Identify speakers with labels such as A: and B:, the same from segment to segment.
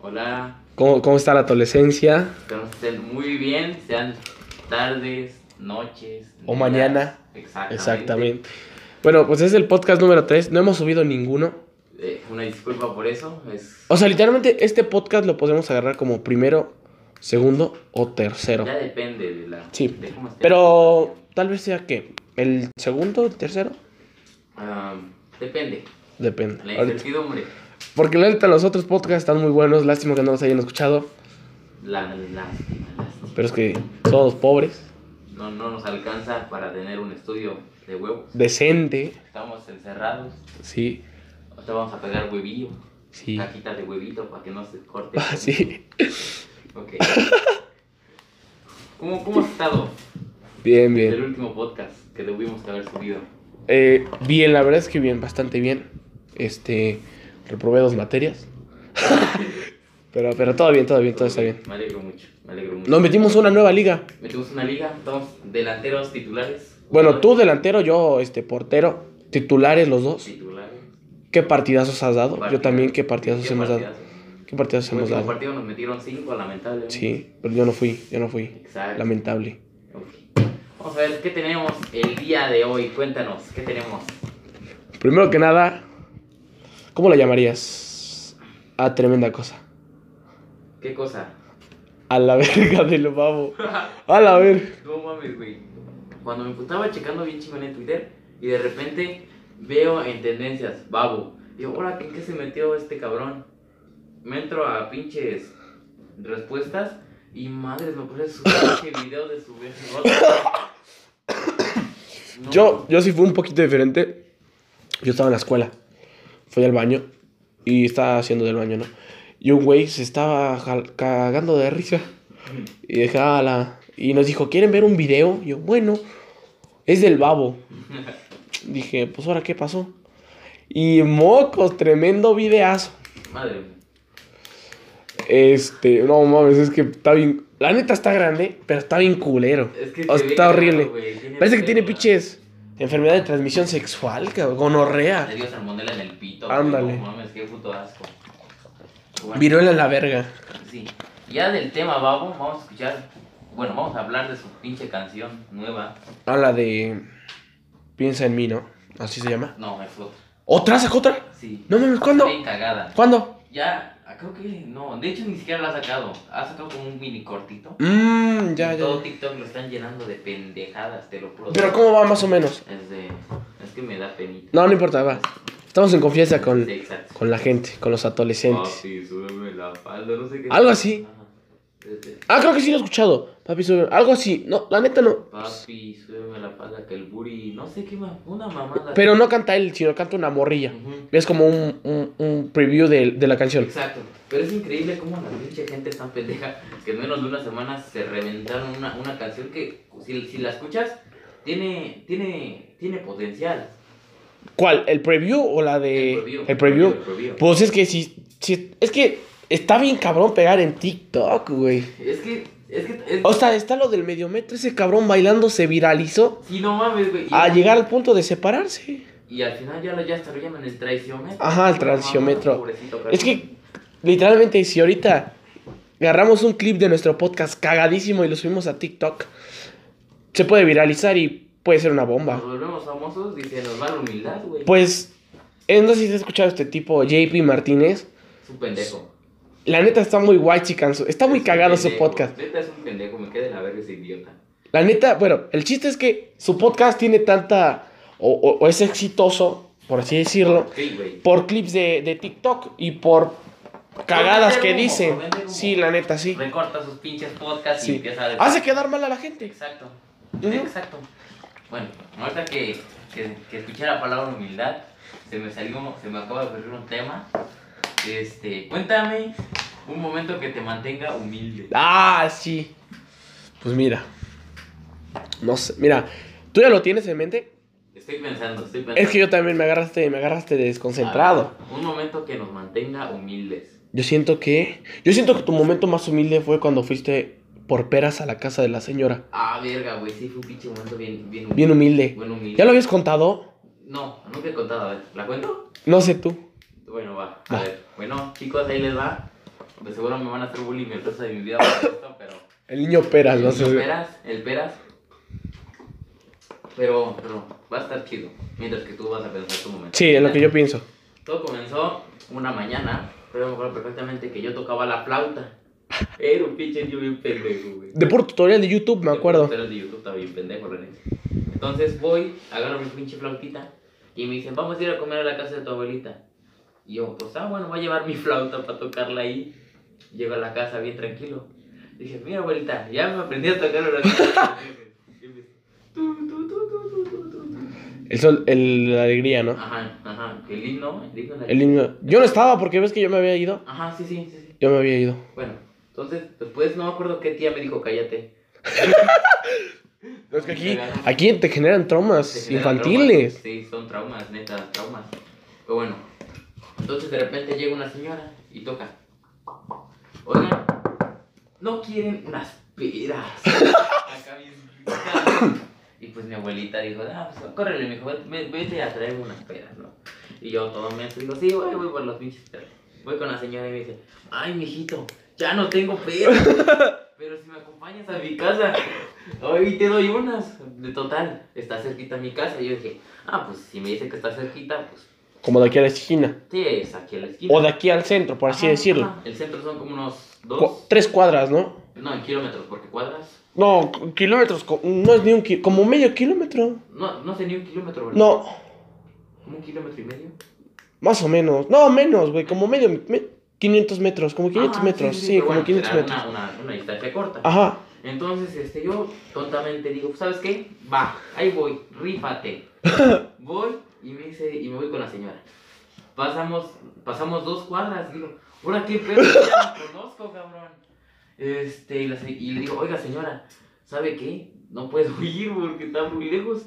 A: Hola,
B: ¿Cómo, cómo está la adolescencia?
A: espero que estén muy bien, sean tardes, noches.
B: O
A: días.
B: mañana.
A: Exactamente.
B: Exactamente. Bueno, pues es el podcast número 3. No hemos subido ninguno.
A: Eh, una disculpa por eso. Es...
B: O sea, literalmente este podcast lo podemos agarrar como primero, segundo o tercero.
A: Ya depende de la.
B: Sí,
A: de cómo esté.
B: Pero tal vez sea que el segundo, el tercero,
A: Ah, depende. La
B: depende. Ahorita.
A: incertidumbre.
B: Porque la neta los otros podcasts están muy buenos. Lástima que no los hayan escuchado.
A: La lástima, lástima.
B: Pero es que todos pobres,
A: No, no nos alcanza para tener un estudio de huevos.
B: decente,
A: Estamos encerrados.
B: sí,
A: Ahorita vamos a pegar huevillo.
B: sí,
A: Cajita de huevito para que no se corte.
B: Ah, sí.
A: Ok. ¿Cómo, ¿Cómo has estado?
B: Bien,
A: Del
B: bien.
A: último podcast que debimos haber subido.
B: Eh, bien, la verdad es que bien, bastante bien. Este, reprobé dos materias. pero, pero todo bien, todo bien, todo está bien.
A: Me alegro mucho, me alegro mucho.
B: Nos metimos a una nueva liga.
A: Metimos una liga, estamos delanteros titulares.
B: Bueno, tú delantero, yo este portero, titulares los dos.
A: Titulares.
B: ¿Qué partidazos has dado? Yo
A: Partidas.
B: también, ¿qué partidazos
A: ¿Qué
B: hemos dado?
A: partidazos?
B: ¿Qué partidazos
A: El
B: hemos
A: último
B: dado?
A: partido nos metieron 5, lamentablemente.
B: Sí, pero yo no fui, yo no fui.
A: Exacto.
B: Lamentable.
A: Ok. Vamos a ver qué tenemos el día de hoy. Cuéntanos, ¿qué tenemos?
B: Primero que nada, ¿cómo la llamarías? A tremenda cosa.
A: ¿Qué cosa?
B: A la verga del babo. A la verga.
A: No mames, güey. Cuando me estaba checando bien chingón en Twitter y de repente veo en tendencias, babo. Digo, ahora, ¿en qué se metió este cabrón? Me entro a pinches respuestas y madres, me puse su pinche video de su vez. No,
B: Yo, yo sí fui un poquito diferente. Yo estaba en la escuela. Fui al baño. Y estaba haciendo del baño, ¿no? Y un güey se estaba jal- cagando de risa. Y dejaba la... Y nos dijo, ¿quieren ver un video? Y yo, bueno, es del babo. Dije, pues ahora, ¿qué pasó? Y mocos, tremendo videazo.
A: Madre,
B: Este, no mames, es que está bien... La neta está grande, pero está bien culero.
A: es que.
B: O
A: se
B: sea,
A: ve
B: está
A: cagado,
B: horrible.
A: güey,
B: Parece que tiene
A: pelo,
B: pinches enfermedad de transmisión sexual, cabrón,
A: Le
B: gonorrea.
A: dio salmonela en el pito. güey,
B: Ándale.
A: No mames, qué puto asco. Bueno.
B: Viruela en la verga.
A: Sí. Ya del tema Babo, vamos a escuchar. Bueno, vamos a hablar de su pinche canción nueva.
B: Habla Ah, de. Piensa en mí, ¿no? Así se llama.
A: No, es otra.
B: ¿Otra? ¿Sacó otra?
A: Sí.
B: No mames,
A: Está
B: ¿cuándo?
A: Bien cagada.
B: ¿Cuándo?
A: Ya, ah, creo que no. De hecho, ni siquiera la ha sacado. Ha sacado como un mini cortito.
B: Mmm, ya, ya.
A: Todo
B: ya.
A: TikTok lo están llenando de pendejadas, te lo prometo.
B: Pero ¿cómo va más o menos?
A: Es de. Es que me da penita.
B: No, no importa, va. Estamos en confianza con,
A: Sí, Ah, exacto.
B: con la gente, con los adolescentes.
A: Papi, súbeme la falda, no sé qué.
B: Algo así.
A: Ajá. Este,
B: Ah, creo que sí lo he escuchado. Papi, sube. Algo así. No, la neta no.
A: Papi, súbeme la falda que el booty. No sé qué más. Una mamada.
B: Pero no canta él, sino canta una morrilla.
A: Ujú.
B: Es como un, un- un preview de, de la canción.
A: Exacto, pero es increíble cómo la pinche gente es tan pendeja que en menos de una semana se reventaron una, una canción que, si, si la escuchas, tiene, tiene, tiene potencial.
B: ¿Cuál? ¿El preview o la de. Eh, El preview.
A: el preview.
B: Pues es que si, si- Es que está bien cabrón pegar en TikTok, güey.
A: Es que, es que, es-
B: O sea, está lo del mediometro. Ese cabrón bailando se viralizó
A: sí, no mames, güey. Y-
B: a llegar al punto de separarse.
A: Y al final ya lo ya hasta lo llaman el traicionmetro.
B: Ajá, el
A: No,
B: traicionmetro.
A: mames, pobrecito,
B: Es que, literalmente, si ahorita agarramos un clip de nuestro podcast cagadísimo y lo subimos a TikTok, se puede viralizar y puede ser una
A: Nos
B: bomba.
A: volvemos famosos y se nos va la humildad, güey.
B: Pues, eh, no sé si has escuchado este tipo, JP Martínez.
A: Es un pendejo.
B: La neta está muy guay, chicanzo. Está muy
A: Es un
B: cagado su
A: pendejo.
B: podcast.
A: Neta es un pendejo, me queda de la verga ese idiota.
B: La neta, bueno, el chiste es que su podcast tiene tanta. o, o- o es exitoso, por así decirlo,
A: Sí, güey.
B: por clips de, de TikTok y por cagadas
A: Por
B: que
A: vender humo,
B: dicen.
A: por vender humo.
B: Sí, la neta, sí.
A: Recorta sus pinches podcasts y
B: sí.
A: empieza a
B: Hace quedar mal a la gente.
A: Exacto,
B: Ujú.
A: exacto. Bueno, ahorita que, que, que escuché la palabra humildad, se me salió, se me acaba de ocurrir un tema. Este, cuéntame un momento que te mantenga humilde.
B: Ah, sí. Pues mira. No sé, mira, ¿tú ya lo tienes en mente?
A: Estoy pensando, estoy pensando.
B: Es que yo también me agarraste, me agarraste de desconcentrado.
A: A ver, Un momento que nos mantenga humildes.
B: Yo siento que. Yo siento que tu momento más humilde fue cuando fuiste por peras a la casa de la señora.
A: Ah, verga, güey, sí, fue un pinche momento bien, bien humilde.
B: Bien humilde.
A: Buen humilde.
B: ¿Ya lo habías contado?
A: No, nunca he contado, a ver, ¿la cuento?
B: No sé tú.
A: Bueno, va, a
B: Va.
A: ver. Bueno, chicos, ahí les va. De seguro me van a hacer bullying el resto de mi vida por esto, pero.
B: El niño peras, no
A: el
B: sé.
A: peras, el peras. Pero, pero va a estar chido. Mientras que tú vas a pensar tu momento.
B: Sí, es lo que yo pienso.
A: Todo comenzó una mañana, pero me acuerdo perfectamente que yo tocaba la flauta. Era un pinche yo bien pendejo, güey.
B: De puro tutorial de YouTube, me acuerdo.
A: Pero el de YouTube está bien pendejo, la neta. Entonces voy, agarro mi pinche flautita y me dicen, vamos a ir a comer a la casa de tu abuelita. Y yo, pues ah, bueno, voy a llevar mi flauta para tocarla ahí. Llego a la casa bien tranquilo. Dije, mira abuelita, ya me aprendí a tocar la flauta. Y me dice, "Tu, tu, tu, tu, tu, tu, tu, tu".
B: El sol, el, la alegría, ¿no?
A: Ajá, ajá, el himno, el himno. de la-
B: El niño. Yo no estaba porque ves que yo me había ido.
A: Ajá, sí, sí, sí, sí.
B: Yo me había ido.
A: Bueno, entonces después no me acuerdo qué tía me dijo, cállate.
B: Es que aquí, aquí te generan
A: Te
B: traumas
A: generan traumas.
B: infantiles.
A: Sí, son traumas, neta, traumas. Pero bueno, entonces de repente llega una señora y toca. Oigan, no quieren unas peras. Acá bien. Y pues mi abuelita dijo, ah, pues córrele, mijo, vete, vete a traer unas peras, ¿no? Y yo todo me digo, sí, voy, voy por los pinches peras. Voy con la señora y me dice, ay, mijito, ya no tengo peras. Pero si me acompañas a mi casa, hoy te doy unas. De total, está cerquita mi casa. Y yo dije, ah, pues si me dice que está cerquita, pues
B: Como de aquí a la esquina.
A: sí, es aquí a la esquina.
B: O de aquí al centro, por así
A: Ajá,
B: decirlo.
A: ajá. El centro son como unos
B: Cu-
A: dos,
B: tres cuadras, ¿no?
A: no, en kilómetros, porque cuadras,
B: No, cu- kilómetros. co- No es ni un kilómetro. Como medio kilómetro.
A: no, no sé ni un kilómetro, ¿verdad?
B: No,
A: Como un kilómetro y medio.
B: más o menos. No, menos, güey. Como medio. me- 500 metros. Como 500
A: Ah,
B: metros. Sí,
A: pero
B: como
A: bueno,
B: 500
A: será
B: metros.
A: Una, una, una distancia corta.
B: Ajá.
A: Entonces, este, yo tontamente digo, ¿sabes qué? Va, ahí voy, rífate. voy y me dice, y me voy con la señora. Pasamos, pasamos dos cuadras, digo, ahora qué pedo, ya la conozco, cabrón. Este, y, la se- y le digo, oiga señora, ¿sabe qué? No puedo ir porque está muy lejos.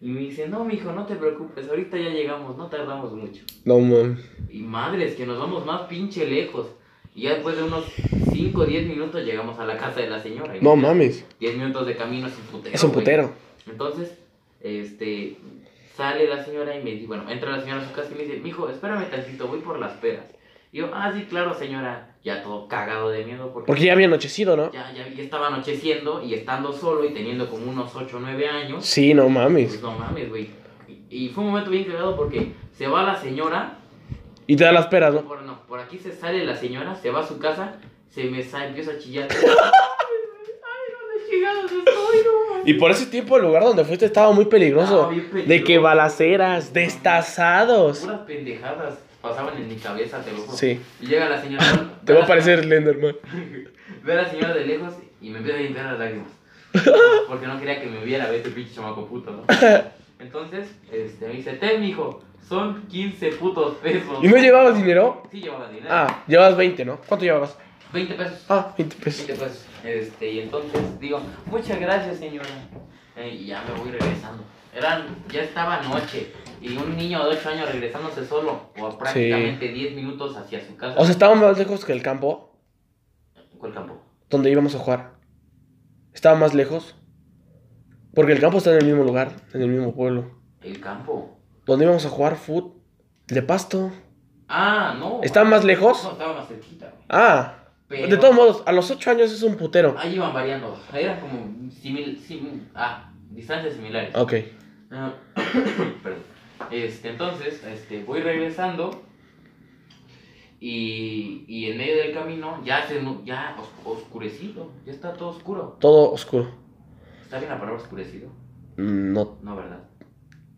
A: Y me dice, no, mijo, no te preocupes, ahorita ya llegamos, no tardamos mucho.
B: No, mames.
A: Y madres, que nos vamos más pinche lejos. Y ya después de unos 5 o 10 minutos llegamos a la casa de la señora.
B: No mames.
A: 10 minutos de camino es un putero.
B: Es un
A: güey.
B: putero.
A: Entonces, este, sale la señora y me dice, bueno, entra la señora a su casa y me dice, mijo, espérame tantito, voy por las peras. Y yo, ah, sí, claro, señora, ya todo cagado de miedo porque,
B: Porque ya había anochecido, ¿no?
A: ya, ya, ya estaba anocheciendo y estando solo y teniendo como unos 8 o 9 años.
B: Sí, no mames.
A: Pues no mames, güey. Y, y fue un momento bien cagado porque se va la señora
B: Y te da las peras, ¿no?
A: por, no, por aquí se sale la señora, se va a su casa, se me sale, empieza a chillar. Ay, ¿dónde chingados estoy, no?
B: Y por ese tiempo el lugar donde fuiste estaba muy peligroso.
A: Ah, bien peligroso.
B: De que balaceras, destazados.
A: Puras pendejadas pasaban en mi cabeza, te lo juro.
B: Sí.
A: Y llega la señora.
B: Te va a parecer Slenderman.
A: Ve a la señora de lejos y me empieza a limpiar las lágrimas. Porque no quería que me viera ve este pinche chamaco puto, ¿no? Entonces, este, me dice, ten, mijo, son 15 putos pesos.
B: ¿Y no llevabas dinero?
A: Sí, llevaba dinero.
B: Ah, llevabas 20, ¿no? ¿Cuánto llevabas?
A: 20 pesos.
B: Ah, 20
A: Y
B: pesos.
A: que, pues, este, y entonces digo, muchas gracias señora. Eh, y ya me voy regresando. Eran, ya estaba noche. Y un niño de 8 años regresándose solo, o a prácticamente 10 minutos hacia su casa.
B: O sea, estábamos más lejos que el campo
A: ¿Cuál campo?
B: donde íbamos a jugar. Estaba más lejos. Porque el campo está en el mismo lugar, en el mismo pueblo.
A: El campo.
B: Donde íbamos a jugar foot de pasto.
A: Ah, no.
B: ¿Está más lejos?
A: No, estaba más cerquita. güey.
B: Ah,
A: Pero
B: de todos modos, a los 8 años es un putero.
A: Ahí iban variando. Eran como simil, sim- ah, distancias similares.
B: Ok.
A: Ah, Perdón. Este, entonces, este, voy regresando y, y en medio del camino ya se nu- ya os- oscurecido, ya está todo oscuro.
B: Todo oscuro.
A: ¿Está bien la palabra oscurecido?
B: Mm, No
A: No, ¿verdad?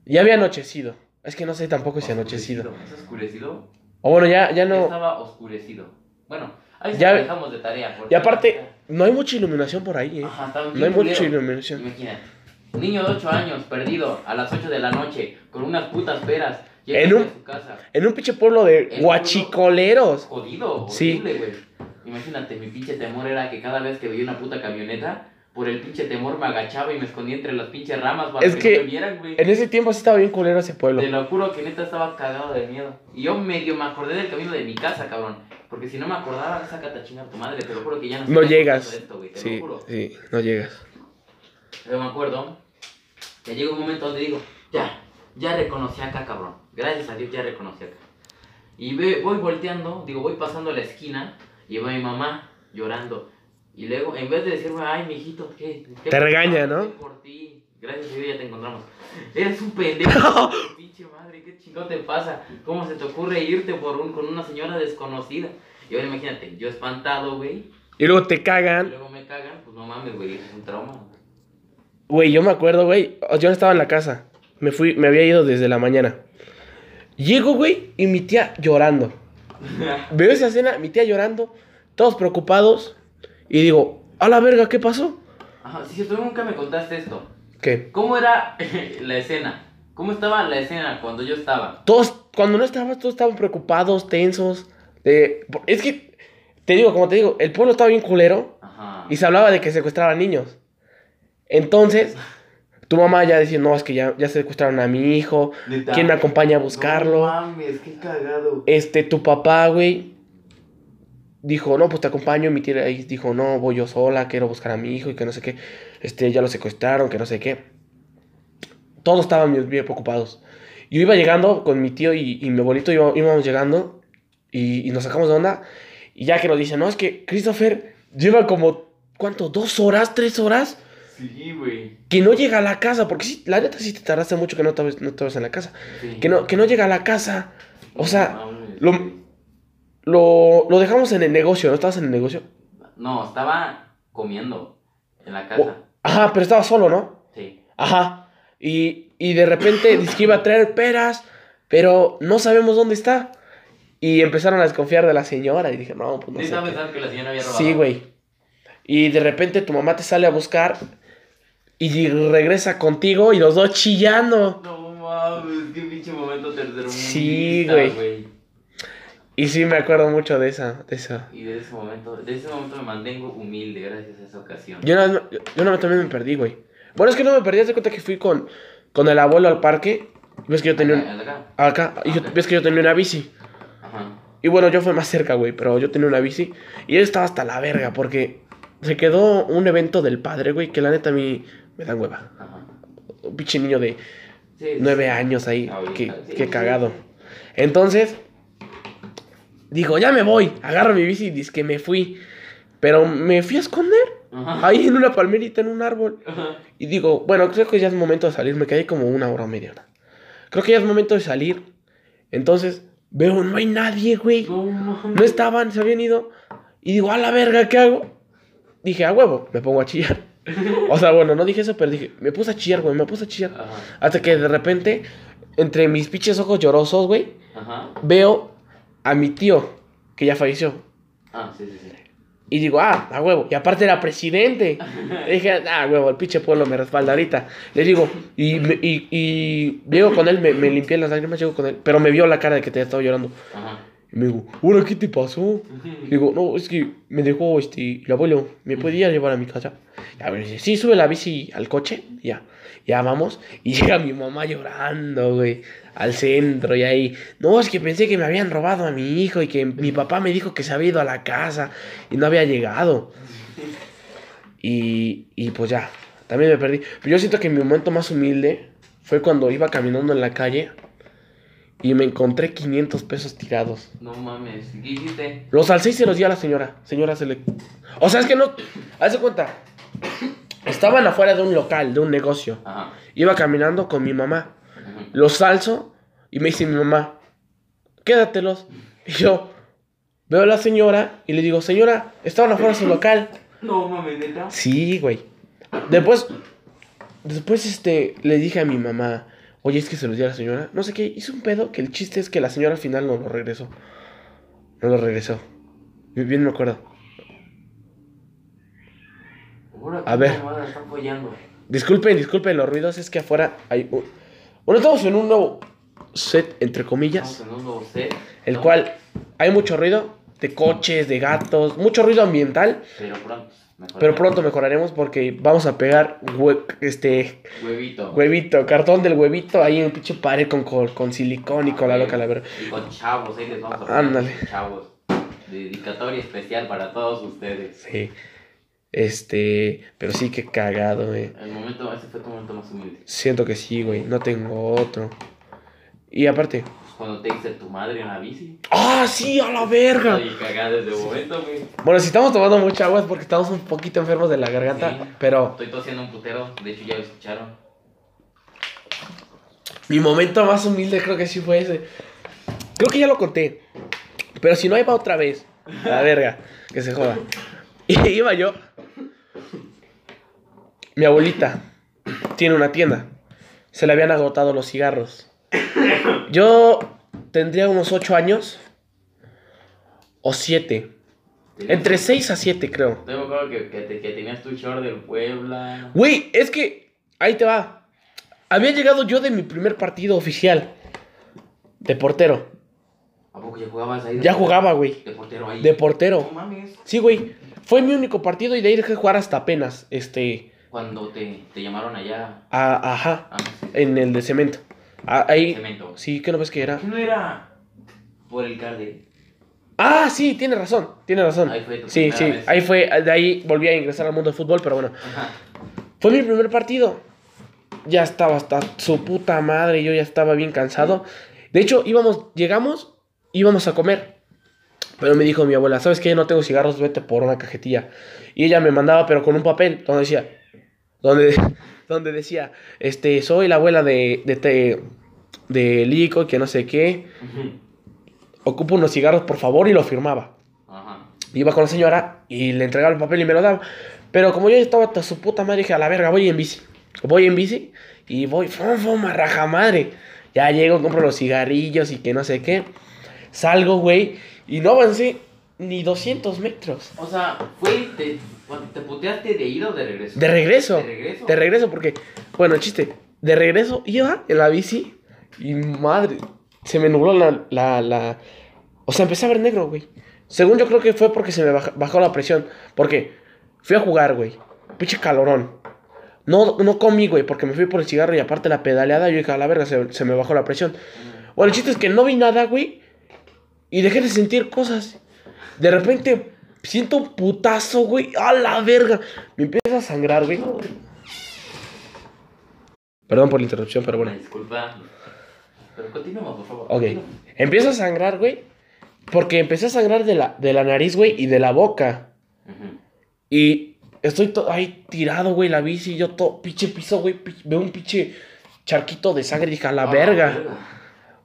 B: Ya había anochecido. Es que no sé tampoco si anochecido.
A: ¿Es oscurecido?
B: O bueno, ya, ya no.
A: Estaba oscurecido. Bueno, ahí se
B: Ya-
A: la dejamos de tarea. porque-
B: Y aparte, no hay mucha iluminación por ahí, eh.
A: Ajá, estaba bien
B: No hay mucha
A: culero.
B: iluminación.
A: Imagínate, un niño de 8 años perdido a las 8 de la noche con unas putas peras. llega
B: En un-
A: a su casa.
B: En un pinche pueblo de
A: pueblo-
B: guachicoleros.
A: jodido,
B: Sí.
A: horrible, güey. Imagínate, mi pinche temor era que cada vez que veía una puta camioneta, por el pinche temor me agachaba y me escondía entre las pinches ramas para
B: Es
A: que,
B: que-
A: no me vieran, güey.
B: En ese tiempo sí estaba bien culero ese pueblo.
A: Te lo juro que neta estaba cagado de miedo. Y yo medio me acordé del camino de mi casa, cabrón. Porque si no me acordaba, sácate a chingar a tu madre. Te lo juro que ya no
B: No
A: estoy
B: llegas.
A: de esto, güey, te lo
B: Sí,
A: juro.
B: sí, no llegas.
A: Pero me acuerdo que llega un momento donde digo, ya, ya reconocí acá, cabrón. Gracias a Dios ya reconocí acá. Y ve- voy volteando, digo, voy pasando la esquina Lleva mi mamá llorando. Y luego, en vez de decirme, ay, mijito, ¿qué? qué
B: Te regaña,
A: pecado
B: ¿no?
A: hice Por ti. Gracias a Dios ya te encontramos. Eres un pendejo. pinche madre, ¿qué chingado te pasa? ¿Cómo se te ocurre irte por un, con una señora desconocida? Y ahora imagínate, yo espantado, güey.
B: Y luego te
A: Y
B: cagan.
A: luego me cagan, pues no mames, güey, es un trauma.
B: Güey, yo me acuerdo, güey. Yo no estaba en la casa. Me fui, me había ido desde la mañana. Llego, güey, y mi tía llorando. Veo esa escena, mi tía llorando, todos preocupados. Y digo, a la verga, ¿qué pasó?
A: Ajá, sí, tú nunca me contaste esto.
B: ¿Qué?
A: ¿Cómo era la escena? ¿Cómo estaba la escena cuando yo estaba?
B: Todos, cuando no estabas, todos estaban preocupados, tensos. de- por- es que, te digo, como te digo, el pueblo estaba bien culero.
A: Ajá.
B: Y se hablaba de que secuestraban niños. Entonces, tu mamá ya decía, no, es que ya, ya secuestraron a mi hijo.
A: Neta.
B: ¿Quién me acompaña a buscarlo?
A: Ah, No mames, qué cagado.
B: Este, tu papá, güey, dijo, no, pues te acompaño. Y mi tía ahí dijo, no, voy yo sola, quiero buscar a mi hijo y que no sé qué. Este, ya lo secuestraron, que no sé qué. Todos estaban bien bien preocupados. Yo iba llegando con mi tío y, y mi abuelito, iba- íbamos llegando y, y nos sacamos de onda. Y ya que nos dicen, no, es que Christopher lleva como, ¿cuánto? ¿Dos horas? ¿Tres horas?
A: Sí, güey.
B: Que no llega a la casa, porque sí, la neta sí te tardaste mucho que no te no estabas en la casa.
A: Sí.
B: Que no, que no llega a la casa. O sea,
A: No mames,
B: lo-
A: güey.
B: lo, lo dejamos en el negocio, ¿no estabas en el negocio?
A: No, estaba comiendo en la casa.
B: Ajá, pero estaba solo, ¿no?
A: Sí.
B: Ajá. Y, y de repente dice que iba a traer peras, pero no sabemos dónde está. Y empezaron a desconfiar de la señora y dije, no, pues no sé.
A: Necesitaba
B: qué".
A: pensar que la señora había robado.
B: Sí, güey. Y de repente tu mamá te sale a buscar y regresa contigo y los dos chillando.
A: No mames, qué pinche momento tercero.
B: Sí, güey. Y sí, me acuerdo mucho de esa, de esa.
A: Y de ese momento, de ese momento me mantengo humilde gracias a esa ocasión.
B: Yo una, vez me- yo una vez también me perdí, güey. Bueno, es que no me perdí, haz de cuenta que fui con, con el abuelo al parque. Ves que yo tenía un-
A: Acá, acá.
B: acá, y yo- ves que yo tenía una bici.
A: Ajá.
B: Y bueno, yo fui más cerca, güey, pero yo tenía una bici. Y él estaba hasta la verga, porque se quedó un evento del padre, güey, que la neta a mí me dan hueva.
A: Ajá.
B: Un pinche niño de
A: Sí, sí,
B: nueve
A: sí.
B: años ahí,
A: Ahorita,
B: que,
A: sí,
B: que
A: sí.
B: cagado. Entonces, digo, ya me voy. Agarro mi bici y dice que me fui. Pero me fui a esconder
A: Ajá.
B: ahí en una palmerita, en un árbol.
A: Ajá.
B: Y digo, bueno, creo que ya es momento de salir. Me quedé como una hora o media hora. Creo que ya es momento de salir. Entonces, veo, no hay nadie, güey.
A: No mames.
B: No estaban, se habían ido. Y digo, a la verga, ¿qué hago? Dije, a huevo, me pongo a chillar. O sea, bueno, no dije eso, pero dije, me puse a chillar, güey, me puse a chillar.
A: Ajá.
B: Hasta que de repente, entre mis pinches ojos llorosos, güey,
A: Ajá.
B: veo a mi tío, que ya falleció.
A: Ah, sí, sí, sí.
B: Y digo, ah, a huevo. Y aparte era presidente. Le dije, ah, huevo, el pinche pueblo me respalda ahorita. Le digo, y, me- y, y llego con él, me, me limpié las lágrimas, llego con él. Pero me vio la cara de que te estaba llorando.
A: Ajá.
B: Y me digo, ¿ahora qué te pasó?
A: Mm.
B: Digo, no, es que me dejó este, el abuelo, ¿me podía llevar a mi casa? Y a ver, dice, sí, sube la bici al coche, ya, ya vamos. Y llega mi mamá llorando, güey, al centro y ahí, no, es que pensé que me habían robado a mi hijo y que mi papá me dijo que se había ido a la casa y no había llegado. Y, y pues ya, también me perdí. Pero yo siento que mi momento más humilde fue cuando iba caminando en la calle y me encontré 500 pesos tirados.
A: No mames. ¿Qué hiciste?
B: Los alcé y se los di a la señora. Señora, se le. O sea, es que no. Haz de cuenta. Estaban afuera de un local, de un negocio.
A: Ajá.
B: Iba caminando con mi mamá.
A: Ajá.
B: Los alzo y me dice mi mamá, quédatelos. Y yo veo a la señora y le digo, señora, estaban afuera de su local.
A: No mames, neta.
B: Sí, güey. Después, después, este, le dije a mi mamá, oye, es que se los di a la señora. No sé qué, hizo un pedo que el chiste es que la señora al final no lo regresó. No lo regresó. Bien- Bien me acuerdo.
A: Ahora,
B: A ver.
A: tu mamá la está apoyando.
B: Disculpen, disculpen los ruidos, es que afuera hay un... Bueno, estamos en un nuevo set, entre
A: Estamos
B: comillas,
A: en un nuevo set.
B: el
A: ¿no?
B: cual hay mucho ruido de coches, de gatos, mucho ruido ambiental,
A: Pero pronto. mejor
B: pero
A: ya.
B: pronto mejoraremos porque vamos a pegar hue- este
A: Huevito.
B: huevito, cartón del huevito ahí en un pinche pared con, col- con silicón y con la loca la verdad.
A: Y con chavos, ahí les vamos a poner
B: Ándale.
A: Chavos. Dedicatoria especial para todos ustedes.
B: Sí. Este, pero sí que cagado, eh. güey.
A: El momento, ese fue tu momento más humilde.
B: Siento que sí, güey, no tengo otro. Y aparte,
A: Pues, Cuando te hice tu madre en la bici.
B: ¡Ah, sí! ¡A la verga!
A: Y cagada desde el momento, güey.
B: Bueno, si estamos tomando mucha agua es porque estamos un poquito enfermos de la garganta,
A: Sí.
B: pero
A: Estoy tosiendo un putero. De hecho, ya lo escucharon.
B: mi momento más humilde creo que sí fue ese. Creo que ya lo conté. Pero si no, ahí va otra vez. A la verga, que se joda. Y iba yo. Mi abuelita tiene una tienda. Se le habían agotado los cigarros. Yo tendría unos 8 años. O 7. Entre 6 a 7, creo.
A: Yo me acuerdo que, que, te- que tenías tu short del Puebla.
B: Güey, es que ahí te va. Había llegado yo de mi primer partido oficial de portero.
A: ¿A poco ya jugabas ahí?
B: Ya jugaba, güey.
A: De portero ahí.
B: De
A: No
B: portero.
A: mames.
B: Sí, güey. Fue mi único partido y de ahí dejé jugar hasta apenas. Este.
A: Cuando te, te llamaron allá.
B: a- ajá.
A: Ah, sí.
B: En el de cemento. A- ahí.
A: Cemento.
B: Sí, que no ves que era.
A: ¿Qué no era? Por el carde.
B: Ah, sí, tiene razón. Tiene razón.
A: Ahí fue tu
B: Sí,
A: primera
B: sí.
A: vez.
B: Ahí fue. De ahí volví a ingresar al mundo del fútbol, pero bueno. Fue mi primer partido. Ya estaba hasta su puta madre, yo ya estaba bien cansado. De hecho, íbamos, llegamos, íbamos a comer. Pero me dijo mi abuela, ¿sabes qué? No tengo cigarros, vete por una cajetilla. Y ella me mandaba, pero con un papel, donde decía, donde, donde decía, este, soy la abuela de, de, te- de Lico, que no sé qué. Ocupo unos cigarros, por favor, y lo firmaba
A: Ajá.
B: iba con la señora y le entregaba el papel y me lo daba. Pero como yo ya estaba hasta su puta madre, dije, a la verga, voy en bici. Voy en bici y voy, fum, fum, a raja madre. Ya llego, compro los cigarrillos y que no sé qué. Salgo, güey, y no avancé ni 200 metros.
A: O sea, fue, te, cuando te puteaste de ida o de regreso.
B: De regreso.
A: De regreso.
B: De regreso, porque, bueno, el chiste. De regreso iba en la bici y madre, se me nubló la, la, la- O sea, empecé a ver negro, güey. Según yo creo que fue porque se me baja- bajó la presión. Porque fui a jugar, güey. Pinche calorón. No, no comí, güey, porque me fui por el cigarro y aparte la pedaleada. Yo dije, a la verga, se, se me bajó la presión.
A: Mm.
B: Bueno, el chiste es que no vi nada, güey. Y dejé de sentir cosas. De repente siento un putazo, güey. A la verga. Me empieza a sangrar, güey. Perdón por la interrupción, pero
A: Una
B: bueno.
A: disculpa. Pero continuamos, por favor.
B: Ok. Empieza a sangrar, güey. Porque empecé a sangrar de la, de la nariz, güey, y de la boca.
A: Ujú.
B: Y estoy to- ahí tirado, güey, la bici. Yo todo, pinche piso, güey. pi- veo un pinche charquito de sangre. y Dije, a la
A: Ah,
B: verga.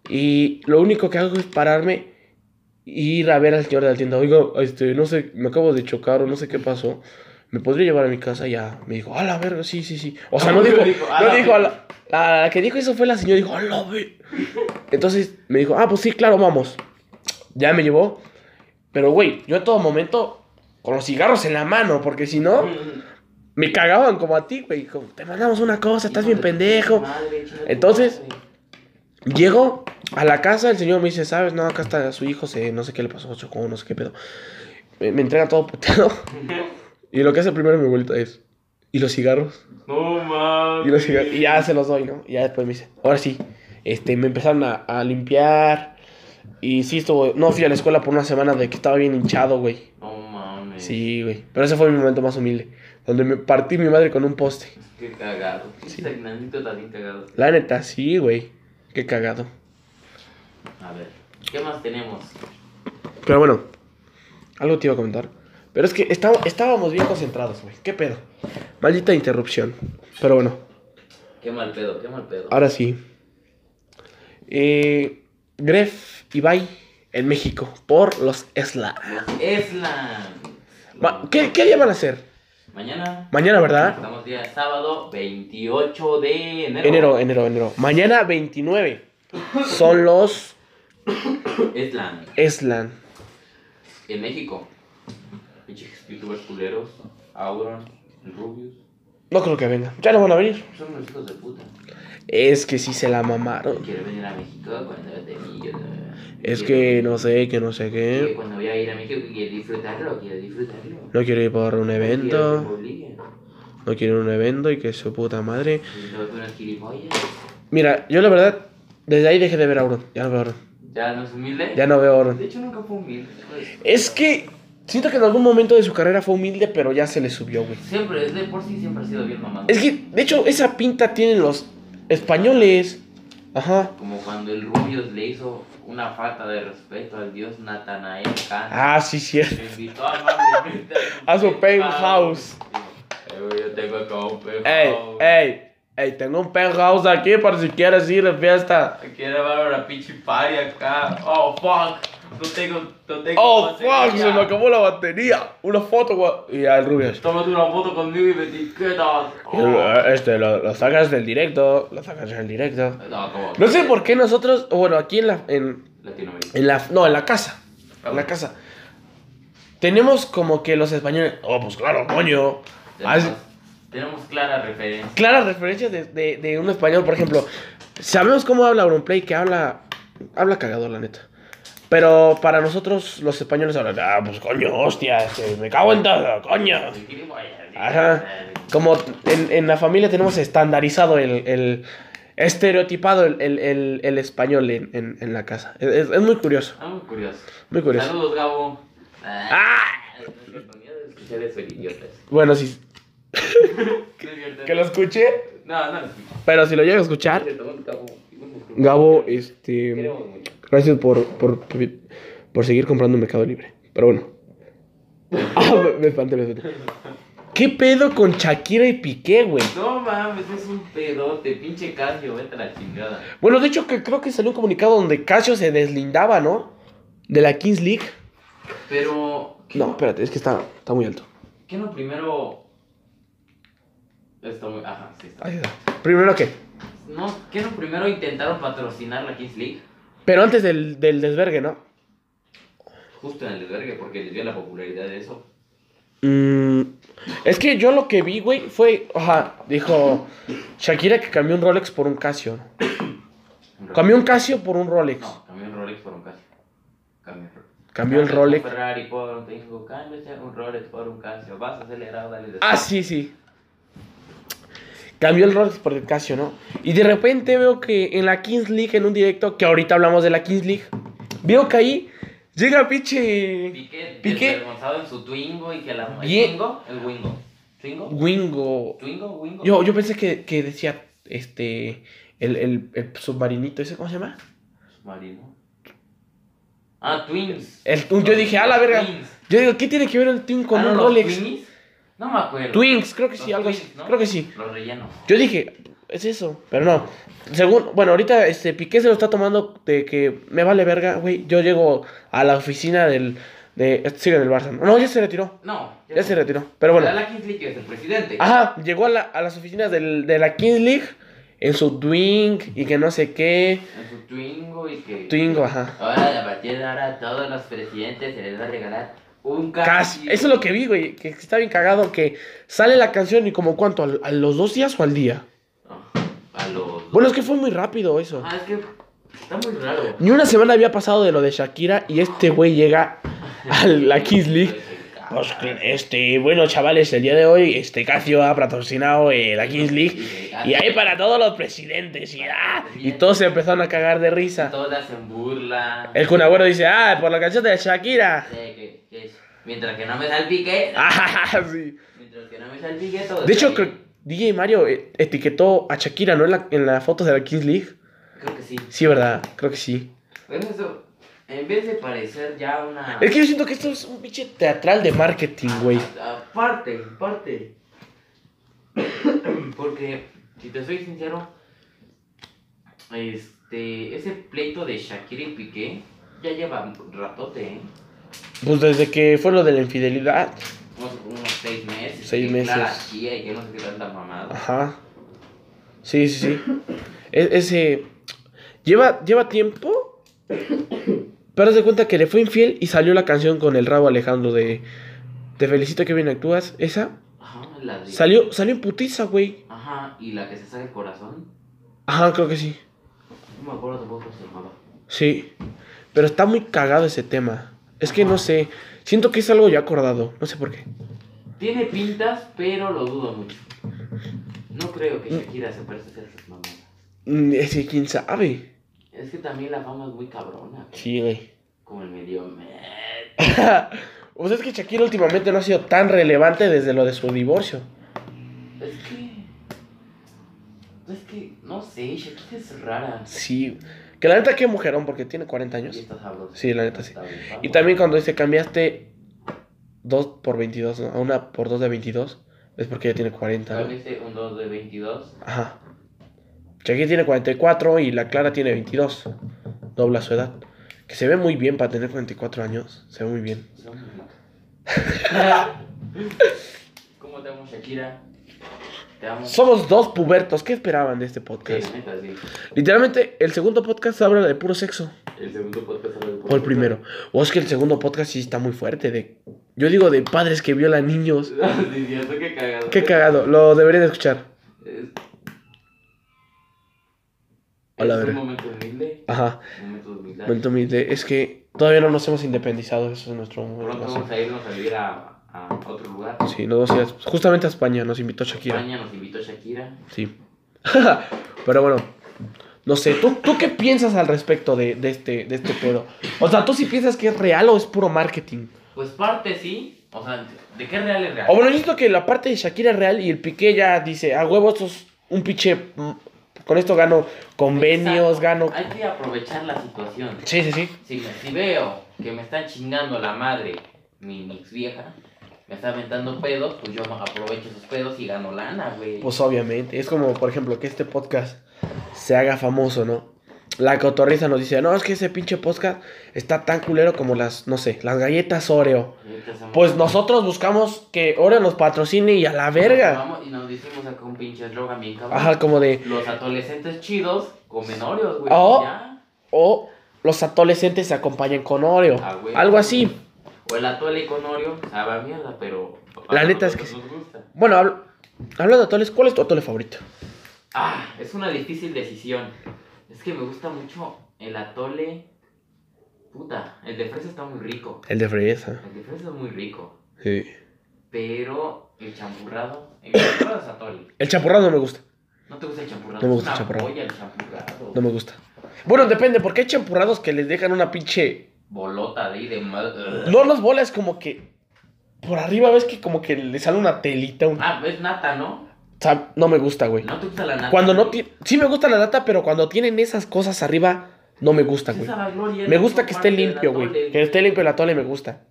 B: Y lo único que hago es pararme y ir a ver al señor de la tienda. Oiga, este, no sé, me acabo de chocar o no sé qué pasó. ¿Me podría llevar a mi casa ya? Me dijo, a la verga, sí, sí, sí. O sea, no dijo,
A: "A
B: no
A: la
B: dijo, a la, la- la que dijo eso fue la señora, dijo, a la ver-". Entonces me dijo, ah, pues sí, claro, vamos. Ya me llevó. Pero, güey, yo en todo momento con los cigarros en la mano, porque si no,
A: Mm.
B: me cagaban como a ti, güey. Como, te mandamos una cosa, estás
A: Hijo de
B: bien
A: tu
B: pendejo.
A: madre, chinga tu
B: Entonces,
A: madre.
B: Llego a la casa, el señor me dice, ¿sabes? No, acá está su hijo, se, no sé qué le pasó, chocó, no sé qué pedo. Me, me entrega todo puteado. Y lo que hace primero mi abuelita es, ¿y los cigarros?
A: No mames.
B: Y, los cigarros? y ya se los doy, ¿no? Y ya después me dice, ahora sí. Este, me empezaron a, a limpiar. Y sí, estuvo, no fui a la escuela por una semana de que estaba bien hinchado, güey.
A: No mames.
B: Sí, güey. Pero ese fue mi momento más humilde, donde me partí mi madre con un poste.
A: Qué cagado. Sí.
B: Sí.
A: Fernandito está bien cagado.
B: La neta, sí, güey. Qué cagado.
A: A ver, ¿qué más tenemos?
B: Pero bueno, algo te iba a comentar. Pero es que está- estábamos bien concentrados, güey. ¿Qué pedo? Maldita interrupción. Pero bueno,
A: Qué mal pedo, qué mal pedo.
B: ahora sí. Eh, Gref Ibai en México por los Esla.
A: Es la.
B: Ma- ¿Qué, ¿Qué día van a hacer?
A: Mañana.
B: Mañana, ¿verdad?
A: Estamos día sábado 28 de enero.
B: Enero, enero, enero. Mañana 29. Son los
A: Es la.
B: Eslan.
A: En México. Pinches youtubers culeros. Auron. Rubius.
B: No creo que vengan. Ya no van a venir.
A: Son unos hijos de puta.
B: Es que sí se la mamaron.
A: Quiere venir a México cuando es de mí. yo no-
B: Es que
A: quiere-
B: no sé, que no sé
A: quiere-
B: qué.
A: Cuando voy a ir a México, quiero disfrutarlo, quiero disfrutarlo.
B: No quiero ir por Eh,
A: Quiero
B: un
A: que
B: evento.
A: me obliguen.
B: No quieren un evento y que su puta madre.
A: Y luego tú unas gilipollas.
B: Mira, yo la verdad, desde ahí dejé de ver a Auron. Ya no veo a Auron.
A: Ya no es humilde.
B: Ya no veo a Auron.
A: De hecho, nunca fue humilde. pues.
B: Es que siento que en algún momento de su carrera fue humilde, pero ya se le subió, güey.
A: Siempre, desde por sí siempre ha sido bien mamado.
B: Es que, de hecho, esa pinta tienen los españoles. Ajá.
A: Como cuando el Rubius le hizo una falta de respeto al dios Natanael Khan.
B: Ah, sí, sí.
A: Me invitó a amablemente
B: A su penthouse.
A: Eh, güey, Yo tengo acá un penthouse.
B: Ey, ey, ey, tengo un penthouse aquí para si quieres ir de fiesta.
A: Quiere llevar una pinche party acá. Oh, fuck. No tengo, no tengo.
B: Oh,
A: batería.
B: fuck, se me acabó la batería. Una foto, gua- Y al rubio.
A: Tómate una foto conmigo y me etiquetas.
B: Y el- Este, lo, lo sacas del directo, lo sacas del directo.
A: No, Oh, como.
B: No sé por qué nosotros, bueno, aquí en la, en,
A: Latinoamérica.
B: en la, no, en la casa, en la casa. Tenemos como que los españoles, oh, pues claro, coño.
A: Tenemos,
B: Haz-
A: tenemos clara referencia.
B: claras referencias de, de- de un español, por ejemplo. Sabemos cómo habla Auronplay, que habla. Habla cagado, la neta. Pero para nosotros, los españoles hablan. Ah, pues coño, hostia, este, me cago en todo, coño. Ajá. Como en, en la familia tenemos estandarizado el. el- estereotipado el, el- el- el español en, en- en la casa. Es, es muy curioso,
A: Ah, muy curioso.
B: muy curioso.
A: Saludos, Gabo. Ah.
B: ¡Ah!
A: no tengo miedo de escuchar eso, idiotas.
B: Bueno, si.
A: No es cierto.
B: Que lo escuché.
A: No, no lo escucho.
B: Pero si lo llega a escuchar.
A: Gabo.
B: Ah. Gabo, este.
A: Queremos mucho.
B: Gracias por, por, por seguir comprando en Mercado Libre. Pero bueno. Ah, me, me espanté, me espanté. ¿Qué pedo con Shakira y Piqué, güey?
A: No mames, es un pedote, pinche Casio, vete a la chingada.
B: Bueno, de hecho, que creo que salió un comunicado donde Casio se deslindaba, ¿no? De la Kings League.
A: Pero, ¿qué
B: No, espérate, es que está, está muy alto.
A: ¿qué no primero? Está muy. Ajá, sí está.
B: Ahí está. Primero que.
A: No, ¿qué no primero intentaron patrocinar la Kings League?
B: Pero antes del, del desvergue, ¿no?
A: Justo en el desvergue, porque les dio la popularidad de eso.
B: Mm, es que yo lo que vi, güey, fue. Ajá, dijo Shakira que cambió un Rolex por un Casio. Cambió un Casio por un Rolex.
A: No, cambió un Rolex por un Casio. Cambió un Rolex.
B: Cambió
A: Cámbiate
B: el
A: un
B: Rolex.
A: Ferrari por un Twingo, cámbiate un Rolex por un Casio. Vas acelerado, dale despacio.
B: Ah, sí, sí. Cambió el Rolex por el Casio, ¿no? Y de repente veo que en la Kings League, en un directo, que ahorita hablamos de la Kings League, veo que ahí llega pinche
A: Piqué,
B: Piqué.
A: desvergonzado en su Twingo y que la. ¿El
B: Bien.
A: Twingo? ¿El Wingo? ¿Twingo?
B: Wingo.
A: ¿Twingo? ¿Wingo?
B: Yo, yo pensé que, que decía, este, el, el- el submarinito, ¿ese cómo se llama?
A: Marino. Ah, Twins.
B: El- yo dije, ah, la verga.
A: Twins.
B: Yo digo, ¿qué tiene que ver el Twin con
A: Ah, no,
B: un
A: los
B: Rolex?
A: Twinnies? No me acuerdo.
B: Twins, creo que
A: Los
B: sí, algo
A: Twins,
B: así.
A: ¿no?
B: Creo que sí.
A: Los rellenos.
B: Yo dije, es eso, pero no. Según, bueno, ahorita este Piqué se lo está tomando de que me vale verga, güey. Yo llego a la oficina del de este sigue en el Barça. No, ya se retiró.
A: No.
B: Ya se retiró, pero bueno. Ah.
A: La Kingsley que es el presidente.
B: Ajá, llegó a, la- a las oficinas del- de la Kings League en su Twing y que no sé qué.
A: En su Twingo y que.
B: Twingo, ajá.
A: Ahora, a partir de ahora, a todos los presidentes se les va a regalar un
B: Casi.
A: Casio.
B: Eso es lo que vi, güey, que está bien cagado que sale la canción y como cuánto ¿Al- a los dos días o al día.
A: No, a los.
B: Bueno, es que fue muy rápido eso.
A: Ah, es que está muy raro.
B: Ni una semana había pasado de lo de Shakira y este güey llega a la Kings League. Pues, cl- este, bueno, chavales, el día de hoy, este Casio ha patrocinado eh, la Kings League. Y ahí para todos los presidentes. Y, ah, y todos se empezaron a cagar de risa.
A: Todas hacen burla.
B: El Kun Agüero dice, ah, por la canción de Shakira.
A: Sí, que- que es- Mientras que no me salpique.
B: Ah, sí.
A: Mientras que no me salpique todo.
B: De hecho,
A: está
B: creo-
A: bien.
B: DJ Mario eh, etiquetó a Shakira, ¿no? En la, en la foto de la Kings League.
A: Creo que sí.
B: Sí, ¿verdad? Creo que sí.
A: Bueno, eso. En vez de parecer ya una.
B: Es que yo siento que esto es un pinche teatral de marketing, güey.
A: Aparte, aparte. Porque, si te soy sincero, este, ese pleito de Shakira y Piqué ya lleva un ratote, ¿eh?
B: Pues desde que fue lo de la infidelidad.
A: Unos, unos seis meses.
B: Seis
A: que
B: meses.
A: Clara chía y que no sé qué tanta mamada.
B: Ajá. Sí, sí, sí. E- ese. Lleva, lleva tiempo. Pero haz de cuenta que le fue infiel y salió la canción con el rabo Alejandro de. Te felicito que bien actúas. Esa.
A: Ajá, la de...
B: Salió, salió en putiza, güey.
A: Ajá, y la que se saca el corazón.
B: Ajá, creo que sí.
A: No me acuerdo tampoco cómo se llamaba.
B: Sí. Pero está muy cagado ese tema. Es que no sé. Siento que es algo ya acordado. No sé por qué.
A: Tiene pintas, pero lo dudo mucho. No creo que Shakira se parezca a hacer esas mamadas.
B: Mm, Es que quién sabe.
A: Es que también la fama es muy cabrona.
B: Sí, güey.
A: Como el medio.
B: o sea, es que Shakira últimamente no ha sido tan relevante desde lo de su divorcio.
A: Es que. Es que, no sé, Shakira es rara.
B: Sí. Que la neta, qué mujerón, porque tiene 40
A: Y
B: años.
A: está sabroso.
B: Sí, la neta, sí.
A: Está bien,
B: Y
A: vamos.
B: también cuando dice cambiaste 2 por 22, ¿no? A una por 2 de 22, es porque ella tiene 40, ¿no?
A: También este, un 2 de 22.
B: Ajá. Shakira tiene 44 y la Clara tiene 22. Dobla su edad. Que se ve muy bien para tener 44 años. Se ve muy bien.
A: Son muy mal. ¿Cómo te amo, Shakira? Te amo.
B: Somos dos pubertos. ¿Qué esperaban de este
A: Sí,
B: podcast?
A: la neta, sí.
B: Literalmente, el segundo podcast habla de puro sexo.
A: El segundo podcast habla de
B: O el primero. O es que el segundo podcast sí está muy fuerte. De, yo digo de padres que violan niños.
A: sí, cierto, qué cagado.
B: Qué cagado. Lo deberían de escuchar.
A: Es,
B: A la
A: es un
B: verga.
A: momento humilde.
B: Ajá.
A: Un momento de humildad.
B: Momento humilde. Es que todavía no nos hemos independizado. Eso es nuestro
A: Pronto
B: momento.
A: vamos a irnos a vivir a, a otro lugar.
B: Sí, nos vamos a ir justamente a España. Nos invitó Shakira.
A: España nos invitó Shakira.
B: Sí. Pero bueno. No sé, ¿tú, ¿tú qué piensas al respecto de, de este, de este pedo? O sea, ¿tú sí piensas que es real o es puro marketing?
A: Pues parte sí. O sea, ¿de qué real es real?
B: O bueno, yo siento que la parte de Shakira es real y el Piqué ya dice, a huevo, esto es un pinche... mm, Con esto gano convenios,
A: Exacto.
B: gano...
A: Hay que aprovechar la situación.
B: Sí, sí, sí.
A: Si, me- si veo que me están chingando la madre, mi ex vieja, me está aventando pedos, pues yo aprovecho esos pedos y gano lana, güey.
B: Pues obviamente, es como, por ejemplo, que este podcast se haga famoso, ¿no? La cotorriza nos dice, no, es que ese pinche podcast está tan culero como las, no sé, las galletas Oreo.
A: Ahorita hacemos-
B: Pues nosotros buscamos que Oreo nos patrocine y a la verga.
A: Vamos Y nos hicimos acá un pinche droga bien cabrón.
B: Ajá, como de,
A: Los adolescentes chidos comen Oreos, güey.
B: Oh.
A: ya.
B: o los adolescentes se acompañan con Oreo.
A: Ah, güey.
B: Algo así.
A: O el atole con Oreo, sabe a mierda, pero...
B: La
A: a
B: neta es que
A: nosotros nos gusta.
B: Bueno, hablo- hablando de atoles, ¿cuál es tu atole favorito?
A: Ah, es una difícil decisión. Es que me gusta mucho el atole... Puta, el de fresa está muy rico.
B: El de fresa.
A: El de fresa es muy rico.
B: Sí.
A: Pero el champurrado... El champurrado es atole.
B: El champurrado no me gusta.
A: ¿No te gusta el champurrado?
B: No me gusta
A: Es
B: el
A: una
B: champurrado.
A: polla el champurrado.
B: No me gusta. Bueno, depende, porque hay champurrados que les dejan una pinche.
A: Bolota de ahí de... mal-
B: No las bolas como que. Por arriba ves que como que le sale una telita. un-
A: Ah, es nata, ¿no?
B: Sab- No me gusta, güey.
A: ¿No te gusta la nata?
B: Cuando no
A: güey?
B: tiene. Sí me gusta la nata, pero cuando tienen esas cosas arriba, no me gusta,
A: Pues Esa
B: güey.
A: es la gloria,
B: Me
A: no
B: gusta
A: son
B: que esté
A: parte del
B: limpio, güey.
A: atole,
B: Que esté limpio el atole me gusta.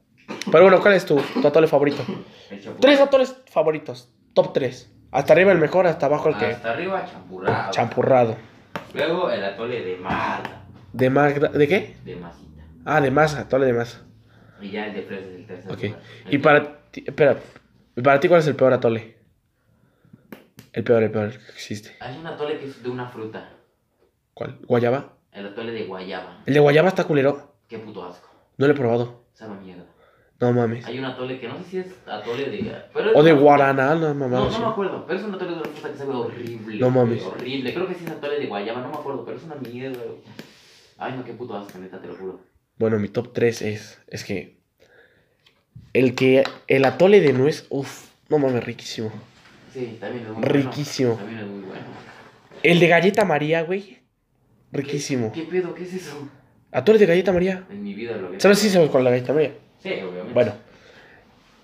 B: Pero bueno, ¿cuál es tu, tu atole favorito?
A: El champurrado.
B: Tres atoles favoritos. Top tres. Hasta arriba el mejor, hasta abajo el que.
A: Hasta arriba champurrado.
B: Champurrado.
A: Luego el atole de masa,
B: De Magda. ¿De qué?
A: de masita.
B: Ah, de masa, atole de masa.
A: Y ya el de fresa es el tercer
B: Ok.
A: lugar.
B: Y para ti, espera, ¿y para ti cuál es el peor atole? El peor, el peor que existe.
A: Hay un atole que es de una fruta,
B: ¿Cuál? ¿Guayaba?
A: el atole de guayaba.
B: El de guayaba está culero.
A: Qué puto asco.
B: No lo he probado.
A: Sabe a mierda.
B: No mames.
A: Hay un atole que no sé si es atole de pero es
B: O de
A: una-
B: guaraná, no mames.
A: No, no me acuerdo, pero es un atole de una fruta que sabe horrible.
B: No mames.
A: güey, Horrible. Creo que sí es atole de guayaba, no me acuerdo, pero es una mierda. güey. Ay, no, qué puto asco, neta, te lo juro.
B: Bueno, mi top 3 es es que el que el atole de nuez, uff, no mames, riquísimo.
A: Sí, también es muy
B: Riquísimo.
A: bueno. También es muy bueno.
B: El de galleta María, güey.
A: ¿Qué-
B: Riquísimo.
A: ¿Qué, pedo? ¿Qué es eso?
B: Atole de galleta María.
A: En mi vida lo había
B: ¿Sabes si sabes cuál es la galleta María?
A: Sí, obviamente.
B: Bueno,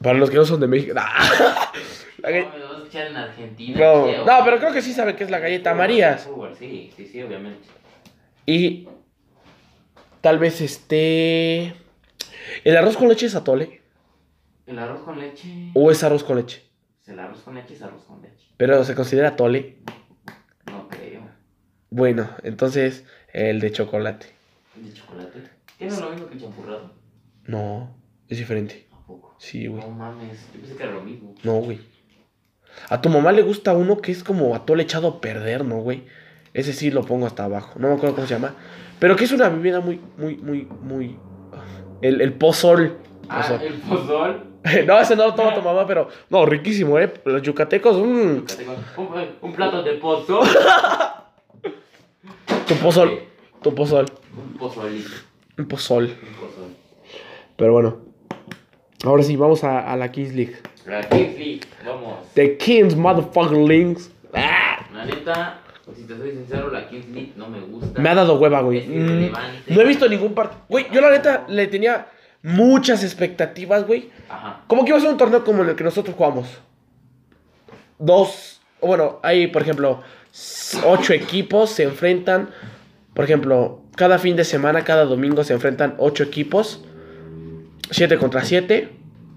B: para los que no son de México. La
A: No,
B: ga-
A: me lo vas a echar en Argentina.
B: No,
A: creo.
B: no, pero creo que sí sabe que es la galleta Marías.
A: Fútbol, Sí, sí, sí, obviamente.
B: Y tal vez este. ¿El arroz con leche es atole?
A: El arroz con leche.
B: ¿O es arroz con leche?
A: Pues El arroz con leche es arroz con leche.
B: Pero se considera atole.
A: No creo.
B: Bueno, entonces el de chocolate.
A: ¿De chocolate? ¿Tiene lo mismo que el champurrado?
B: No, es diferente.
A: ¿A poco?
B: Sí, güey.
A: No mames, yo pensé que era lo mismo.
B: No, güey. A tu mamá le gusta uno que es como atole echado a perder, ¿no, güey? Ese sí lo pongo hasta abajo. No me acuerdo cómo se llama. Pero que es una bebida muy, muy, muy, muy. El, el pozol.
A: Ah,
B: Pozol.
A: el pozol.
B: no, ese no lo toma tu mamá, pero. No, riquísimo, ¿eh? Los yucatecos, mmm.
A: Un, un plato de pozol.
B: Tu pozol. Tu pozol.
A: Un pozolito.
B: Un pozol.
A: Un pozol.
B: Pero bueno. Ahora sí, vamos a, a la Kings League.
A: La Kings League, vamos.
B: The Kings Motherfucking Links. ¡Ah!
A: La neta, si te soy sincero, la Kings League no me gusta.
B: Me ha dado hueva, güey.
A: Es
B: Mm,
A: irrelevante.
B: No he visto ningún partido. Güey, yo la neta le tenía muchas expectativas, güey.
A: Ajá.
B: Como que iba a ser un torneo como el que nosotros jugamos. Dos. o Bueno, hay, por ejemplo, ocho equipos se enfrentan. Por ejemplo, cada fin de semana, cada domingo se enfrentan ocho equipos. Siete contra siete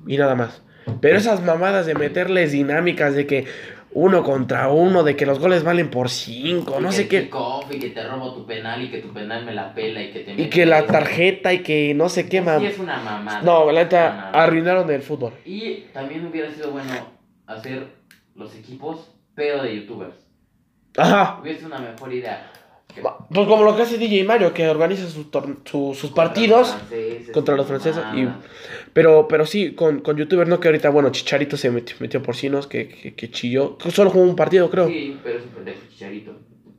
B: y nada más. Pero esas mamadas de meterles dinámicas de que uno contra uno, de que los goles valen por cinco, no
A: Y
B: sé
A: el
B: qué.
A: kickoff, y que te robo tu penal y que tu penal me la pela y que te
B: Y
A: meten
B: que la
A: tres.
B: tarjeta y que no sé qué,
A: Sí,
B: mam.
A: es una mamada.
B: No, la
A: Una
B: neta,
A: mamada.
B: arruinaron el fútbol.
A: Y también hubiera sido bueno hacer los equipos, pero de youtubers.
B: Ajá.
A: Hubiera sido una mejor idea. Que-
B: Pues como lo que hace DJ Mario, que organiza sus, torn- su- sus
A: contra
B: partidos.
A: los franceses,
B: contra los franceses y-
A: mamadas.
B: Pero, pero sí, con, con youtubers, no que ahorita, bueno, Chicharito se metió, metió porcinos, que, que, que chilló. Que Solo jugó un partido, creo.
A: Sí, pero es un pendejo chicharito. Es un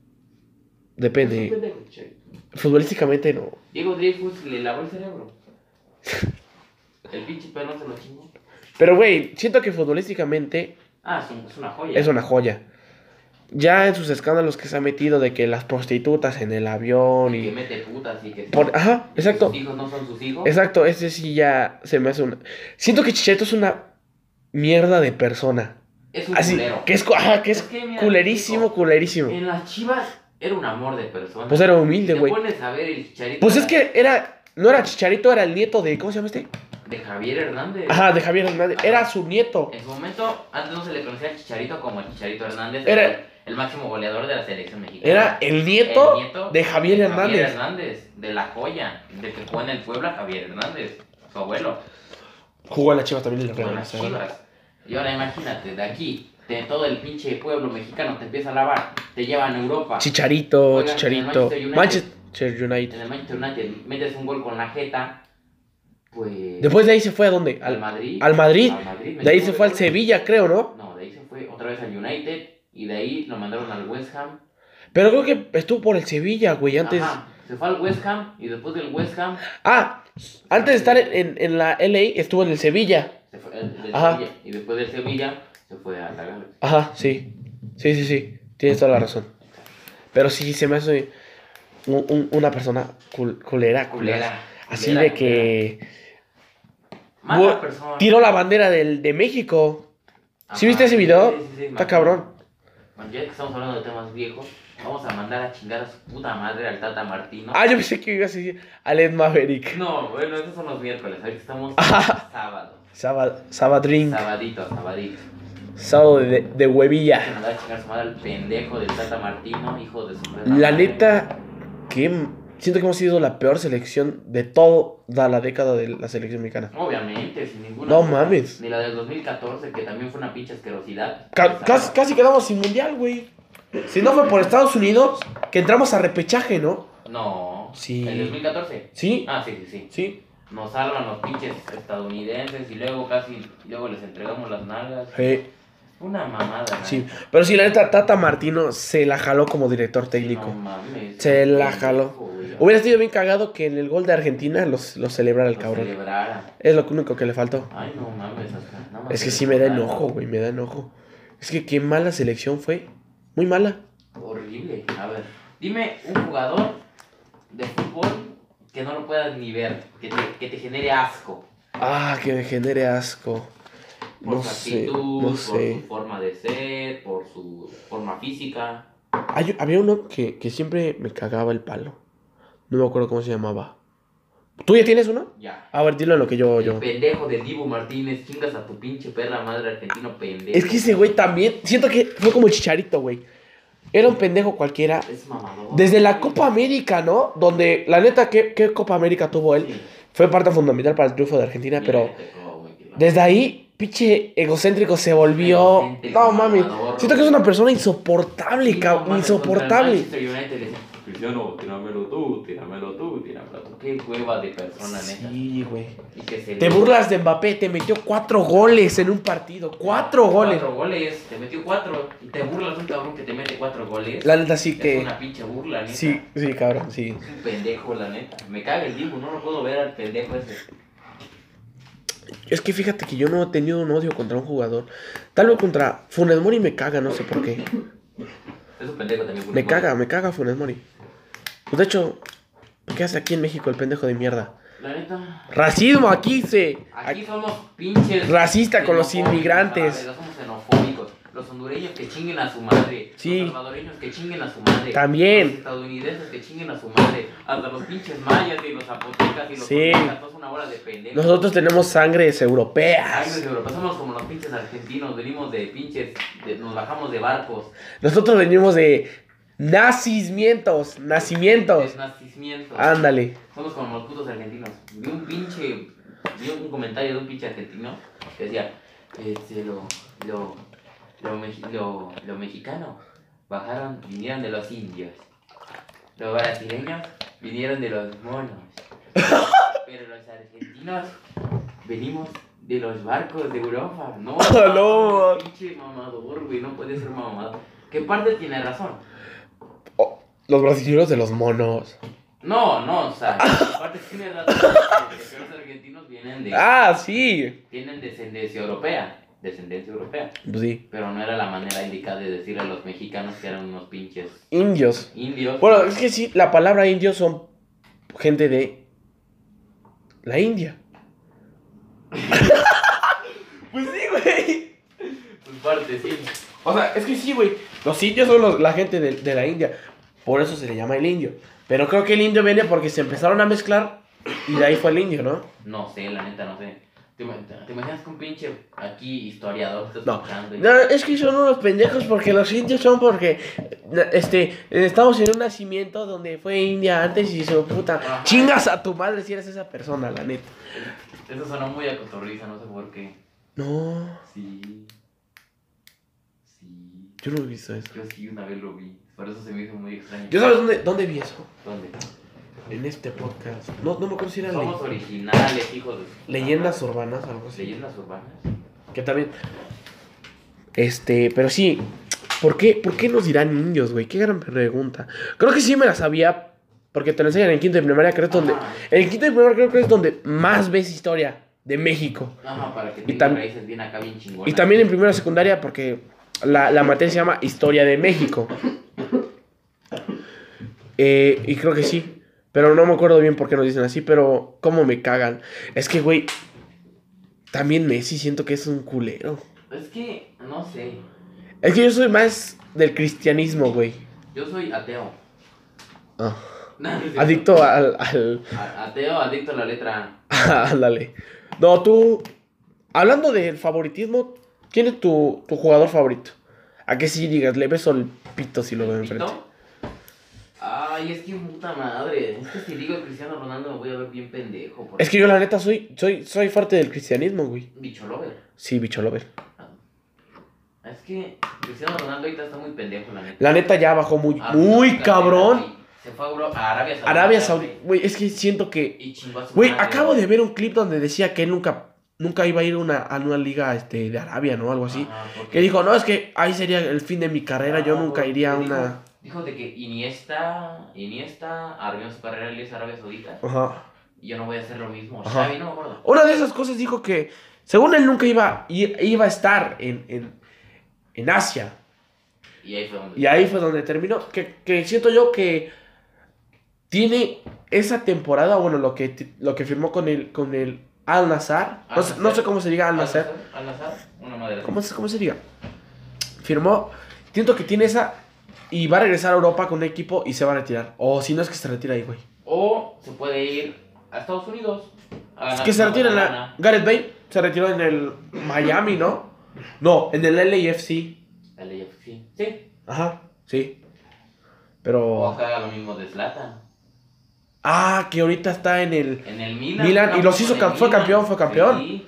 B: Depende.
A: pendejo chicharito.
B: Futbolísticamente no.
A: Diego Dreyfus le lavó el cerebro. El pinche perro se lo chingó.
B: Pero, güey, siento que futbolísticamente
A: Ah, es, un- es una joya.
B: es una joya. Ya en sus escándalos que se ha metido de que las prostitutas en el avión
A: Que
B: y...
A: mete putas y que.
B: por- ajá, exacto.
A: Sus hijos no son sus hijos.
B: Exacto, ese sí ya se me hace una... Siento que Chicharito es una mierda de persona.
A: Es un
B: Así,
A: culero.
B: que es, cu- ajá, que es
A: Es que, mira,
B: culerísimo,
A: chico,
B: culerísimo.
A: En las chivas era un amor de persona.
B: Pues era humilde,
A: Te
B: güey.
A: pones a ver el chicharito.
B: Pues es que era... No era Chicharito, era el nieto de... ¿Cómo se llama este?
A: De Javier Hernández.
B: Ajá, de Javier Hernández.
A: Ajá.
B: Era su nieto.
A: En su momento, antes no se le conocía al Chicharito como el Chicharito Hernández.
B: Era-
A: el- el máximo goleador de la selección mexicana.
B: Era el nieto de Javier
A: de Javier
B: Hernández.
A: Hernández, de la joya, de que jugó en el Puebla Javier Hernández, su abuelo,
B: Jugó en la Chivas también. en la
A: con
B: Real
A: las
B: Madrid.
A: chivas. Y ahora imagínate, de aquí, de todo el pinche pueblo mexicano, te empieza a lavar, te llevan a Europa.
B: Chicharito,
A: Juegan en el
B: Chicharito.
A: Manchester
B: Manchester United.
A: en el Manchester United metes un gol con la jeta, pues.
B: Después de ahí se fue a dónde?
A: al
B: Al,
A: Madrid.
B: al Madrid.
A: al Madrid,
B: De ahí
A: metió
B: se
A: un
B: fue al
A: gol.
B: Sevilla, creo, ¿no?
A: No, de ahí se fue otra vez al United y de ahí lo mandaron al West Ham.
B: Pero creo que estuvo por el Sevilla, güey, antes.
A: Ajá, se fue al West Ham y después del West Ham
B: Ah, antes de estar en, en la LA estuvo en el Sevilla.
A: se fue al del
B: Ajá.
A: Sevilla y después del Sevilla se fue a la Galaxy.
B: Ajá, sí. Sí, sí, sí. Tienes toda la razón. Pero sí, se me hace un- un- una persona cul- culera, culera.
A: Culera.
B: Así
A: culera,
B: de que
A: Mala
B: Bu-
A: persona.
B: tiró la bandera del, de México.
A: Ajá,
B: ¿Sí viste ese video?
A: me
B: Está
A: acuerdo.
B: cabrón.
A: Bueno, ya que estamos hablando de temas viejos, vamos a mandar a chingar a su puta madre al Tata Martino.
B: Ah, yo pensé que ibas a decir al Ed Maverick.
A: No, bueno, esos son los miércoles, ahorita estamos sábado.
B: Saba- Sabadrink.
A: Sabadito, sabadito.
B: Sábado de, de
A: Hay que
B: huevilla.
A: mandar a chingar a su madre al pendejo del Tata Martino, hijo de su puta
B: La
A: madre.
B: neta, que siento que hemos sido la peor selección de toda la década de la selección mexicana.
A: Obviamente, sin ninguna.
B: No
A: duda.
B: mames.
A: Ni la del 2014, que también fue una pinche asquerosidad.
B: Ca- casi, casi quedamos sin mundial, güey. Si no fue por Estados Unidos, que entramos a repechaje, ¿no?
A: No.
B: Sí.
A: ¿El 2014?
B: Sí,
A: Ah, sí, sí, sí.
B: sí.
A: Nos salvan los pinches estadounidenses y luego casi. Luego les entregamos las nalgas.
B: Eh,
A: Una mamada. ¿no?
B: sí. Pero sí, la neta, Tata Martino se la jaló como director
A: No
B: técnico.
A: mames.
B: Se la jaló.
A: Joder.
B: Hubiera sido bien cagado que en el gol de Argentina los, los celebrara el
A: Lo
B: cabrón.
A: celebrara.
B: Es lo único que le faltó.
A: Ay, no mames. Hasta, nada más
B: Es que
A: de
B: sí me da
A: recordar.
B: enojo, güey, me da enojo. Es que qué mala selección fue. Muy mala.
A: Horrible. A ver, dime un jugador de fútbol que no lo puedas ni ver, que te, que te genere asco.
B: Ah, que me genere asco.
A: Por
B: No
A: su
B: sé,
A: actitud,
B: no
A: por su
B: sé.
A: forma de ser, por su forma física.
B: Hay- había uno que, que siempre me cagaba el palo. No me acuerdo cómo se llamaba. ¿Tú ya tienes uno?
A: Ya.
B: A ver, dilo en lo que yo...
A: El
B: yo.
A: pendejo de Dibu Martínez, chingas a tu pinche perra madre argentino pendejo.
B: Es que ese güey también... Siento que fue como chicharito, güey. Era un pendejo cualquiera.
A: Es mamador.
B: Desde la Copa América, ¿no? Donde, la neta, ¿qué, qué Copa América tuvo él?
A: Sí.
B: Fue parte fundamental para el triunfo de Argentina,
A: Mira,
B: pero...
A: que te cojo, güey, que la-
B: Desde ahí, pinche egocéntrico se volvió.
A: Egocéntrico,
B: No mami,
A: mamador.
B: siento que es una persona insoportable,
A: Sí, no
B: cabrón.
A: mames, contra el
B: Insoportable.
A: Manchester United le decía, Cristiano, tíramelo tú, tíramelo tú, tíramelo tú. Qué hueva de persona, neta.
B: Sí, güey.
A: Y que se
B: Te
A: le-
B: burlas de Mbappé, te metió cuatro goles en un partido. Cuatro goles.
A: Cuatro goles, te metió cuatro. Y te burlas de un cabrón que te mete cuatro goles.
B: La neta sí
A: es
B: que.
A: una pinche burla, neta.
B: Sí, sí, cabrón, sí.
A: Es un pendejo, la neta. Me caga el Dibu, no lo puedo ver al pendejo ese.
B: Es que fíjate que yo no he tenido un odio contra un jugador. Tal vez contra Funes Mori me caga, no sé por qué.
A: Es un pendejo también.
B: Me caga, me caga Funes Mori. Pues de hecho, ¿qué hace aquí en México el pendejo de mierda?
A: La neta.
B: Racismo, aquí se.
A: Aquí somos pinches.
B: Racista con los
A: xenofóbicos, a
B: inmigrantes.
A: la verga, Somos xenofóbicos. Los hondureños que chinguen a su madre.
B: Sí.
A: Los salvadoreños que chinguen a su madre.
B: También.
A: Los estadounidenses que chinguen a su madre. Hasta los pinches mayas y los zapotecas y los
B: Sí.
A: aztecas, todos una bola de pendejos.
B: Nosotros tenemos sangres
A: Ay, los
B: europeas.
A: europeos somos como los pinches argentinos, venimos de pinches, de- nos bajamos de barcos,
B: Nosotros venimos de nacimientos, nacimientos.
A: de nacimientos.
B: Ándale.
A: Somos como los putos argentinos. Vi un pinche. Vi un comentario de un pinche argentino que decía: Este, lo. Lo. Lo, meji- lo, lo mexicano bajaron, vinieron de los indios. Los brasileños vinieron de los monos. Pero los argentinos venimos de los barcos de Europa. No,
B: No.
A: pinche mamador, güey. No puede ser mamador. ¿Qué parte tiene razón?
B: Oh, los brasileños de los monos.
A: No, no, o sea, aparte tiene razón. porque Los argentinos vienen de,
B: Ah, sí.
A: tienen descendencia europea, descendencia europea,
B: Pues sí.
A: pero no era la manera indicada de decirle a los mexicanos que eran unos pinches
B: Indios.
A: indios. Pues
B: Bueno, es que sí, la palabra indios son gente de la India. pues sí, güey.
A: Pues parte, sí.
B: O sea, es que sí, güey. Los indios son los- la gente de, de la India. Por eso se le llama el indio. Pero creo que el indio viene porque se empezaron a mezclar y de ahí fue el indio, ¿no?
A: No sé, la neta, no sé. ¿Te, ima- te imaginas que un pinche aquí historiador está
B: No.
A: escuchando? y-
B: No, es que son unos pendejos porque los indios son porque na- este estamos en un nacimiento donde fue India antes y su puta
A: Ajá.
B: chingas a tu madre si eres esa persona, la neta.
A: Eso sonó muy a cotorriza, no sé por qué.
B: No,
A: Sí. Sí.
B: yo no he visto eso.
A: Yo sí una vez lo vi, por eso se me hizo muy extraño.
B: ¿Yo sabes dónde, dónde vi eso?
A: ¿Dónde?
B: En este podcast. No, no me acuerdo si era
A: Somos originales, hijos de...
B: le- leyendas urbanas algo así.
A: Leyendas urbanas.
B: Que también. Este, pero sí. ¿Por qué, ¿Por qué nos dirán indios, güey? Qué gran pregunta. Creo que sí me la sabía. Porque te lo enseñan en quinto de primaria, creo que es donde.
A: Ajá.
B: En quinto de primaria creo que es donde más ves historia de México.
A: Ajá, para que
B: Y
A: tengas
B: tam-
A: raíces bien acá, bien chingonas.
B: Y también en primera secundaria, porque la, la materia se llama Historia de México. Eh, y creo que sí. Pero no me acuerdo bien por qué nos dicen así, pero cómo me cagan. Es que, güey, también Messi siento que es un culero.
A: Es que, no sé,
B: Es que yo soy más del cristianismo, güey.
A: yo soy ateo.
B: Ah,
A: No, no es
B: Adicto al... al...
A: cierto. A- ateo, adicto a la letra
B: Ándale. No, tú... Hablando del favoritismo, ¿quién es tu, tu jugador favorito? A que sí digas, le beso el pito si lo veo
A: A.
B: enfrente.
A: ¿Pito? Ay, es que puta madre. Es que si digo Cristiano Ronaldo me voy a ver bien pendejo. porque-
B: Es que yo la neta soy, soy, soy parte del cristianismo, güey.
A: Bicho lover.
B: Sí, bicho lover.
A: Es que Cristiano Ronaldo ahorita está muy pendejo, la neta.
B: La neta ya bajó muy,
A: Ah,
B: muy
A: la
B: cabrón.
A: neta, güey. Se fue a, Euro- a Arabia Saudita.
B: Arabia Saudita,
A: güey,
B: güey, es que siento que...
A: Y chingó a su
B: Güey,
A: madre,
B: acabo de ver un clip donde decía que él nunca, nunca iba a ir a una, a una liga este, de Arabia, ¿no? Algo así.
A: Ajá, porque-
B: Que dijo, no, es que ahí sería el fin de mi carrera, yo
A: Ah,
B: nunca
A: porque
B: iría a
A: dijo-
B: una...
A: Dijo de que Iniesta, Iniesta arruinó su carrera en Arabia Saudita.
B: Ajá.
A: Y yo no voy a hacer lo mismo.
B: Ajá.
A: Xavi, no me acuerdo.
B: Una de esas cosas dijo que, según él, nunca iba, i- iba a estar en, en, en Asia.
A: Y ahí fue donde.
B: Y ahí fue donde terminó. Que, que siento yo que tiene esa temporada, bueno, lo que, ti- lo que firmó con el, con el Al Nazar. No, sé- no sé cómo se diga Al Nazar.
A: Al Nazar, una madre.
B: ¿Cómo, se- ¿Cómo se diga? Firmó. Siento que tiene esa. Y va a regresar a Europa con un equipo y se va a retirar. O si no es que se retira ahí, güey.
A: O se puede ir a Estados Unidos. a
B: Es
A: ganar
B: que se
A: una
B: retira en la.
A: lana.
B: Gareth Bale se retiró en el Miami, ¿no? No, en el LAFC.
A: La ley of- sí. Sí.
B: Ajá, sí.
A: O
B: Pero.
A: que haga lo mismo de Zlatan.
B: Ah, que ahorita está en el.
A: En el Milan.
B: Milan,
A: jugaba
B: y los hizo
A: con el
B: cam- fue
A: Milan.
B: campeón, fue campeón.
A: Sí.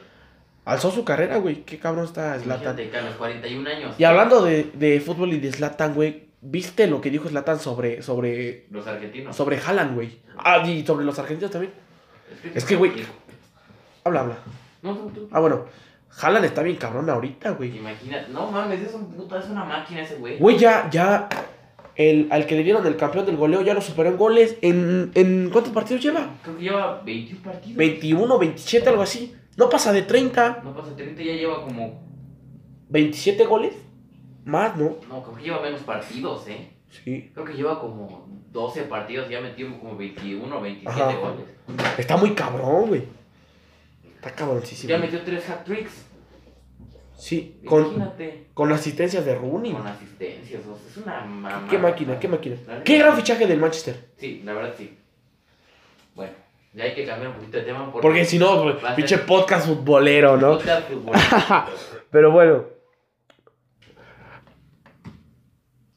B: Alzó su carrera, güey. Qué cabrón está Zlatan.
A: Imagínate que a los 41 años.
B: Y hablando de, de fútbol y de Zlatan, güey, ¿viste lo que dijo Zlatan sobre sobre
A: Los argentinos.
B: sobre Haaland, güey? Ah, y sobre los argentinos también. Es que, güey. Habla, habla.
A: No, tú, tú.
B: Ah, bueno. Haaland está bien cabrón ahorita, güey.
A: Imagina, no mames, es un puta, es una máquina ese güey.
B: Güey, ya ya el al que le dieron el campeón del goleo ya lo superó en goles en en cuántos partidos lleva?
A: Creo que lleva 21 partidos.
B: 21, 27, algo así. No pasa de 30,
A: No pasa 30, ya lleva como.
B: 27 goles. Más, ¿no?
A: No, creo que lleva menos partidos, eh.
B: Sí.
A: Creo que lleva como 12 partidos, ya metió como 21 o 27
B: Ajá.
A: goles.
B: Está muy cabrón, güey. Está cabroncísimo.
A: ya metió 3 hat tricks.
B: Sí, con,
A: Imagínate.
B: con asistencias de Rooney.
A: Con asistencias, o sea, es una mamá.
B: Qué máquina, qué máquina.
A: La neta.
B: Qué gran fichaje del Manchester.
A: Sí, la verdad sí. Bueno, ya hay que cambiar un poquito de tema porque.
B: Porque si no, pues,
A: Va a ser-
B: pinche podcast futbolero, ¿no?
A: Podcast futbolístico.
B: Pero bueno.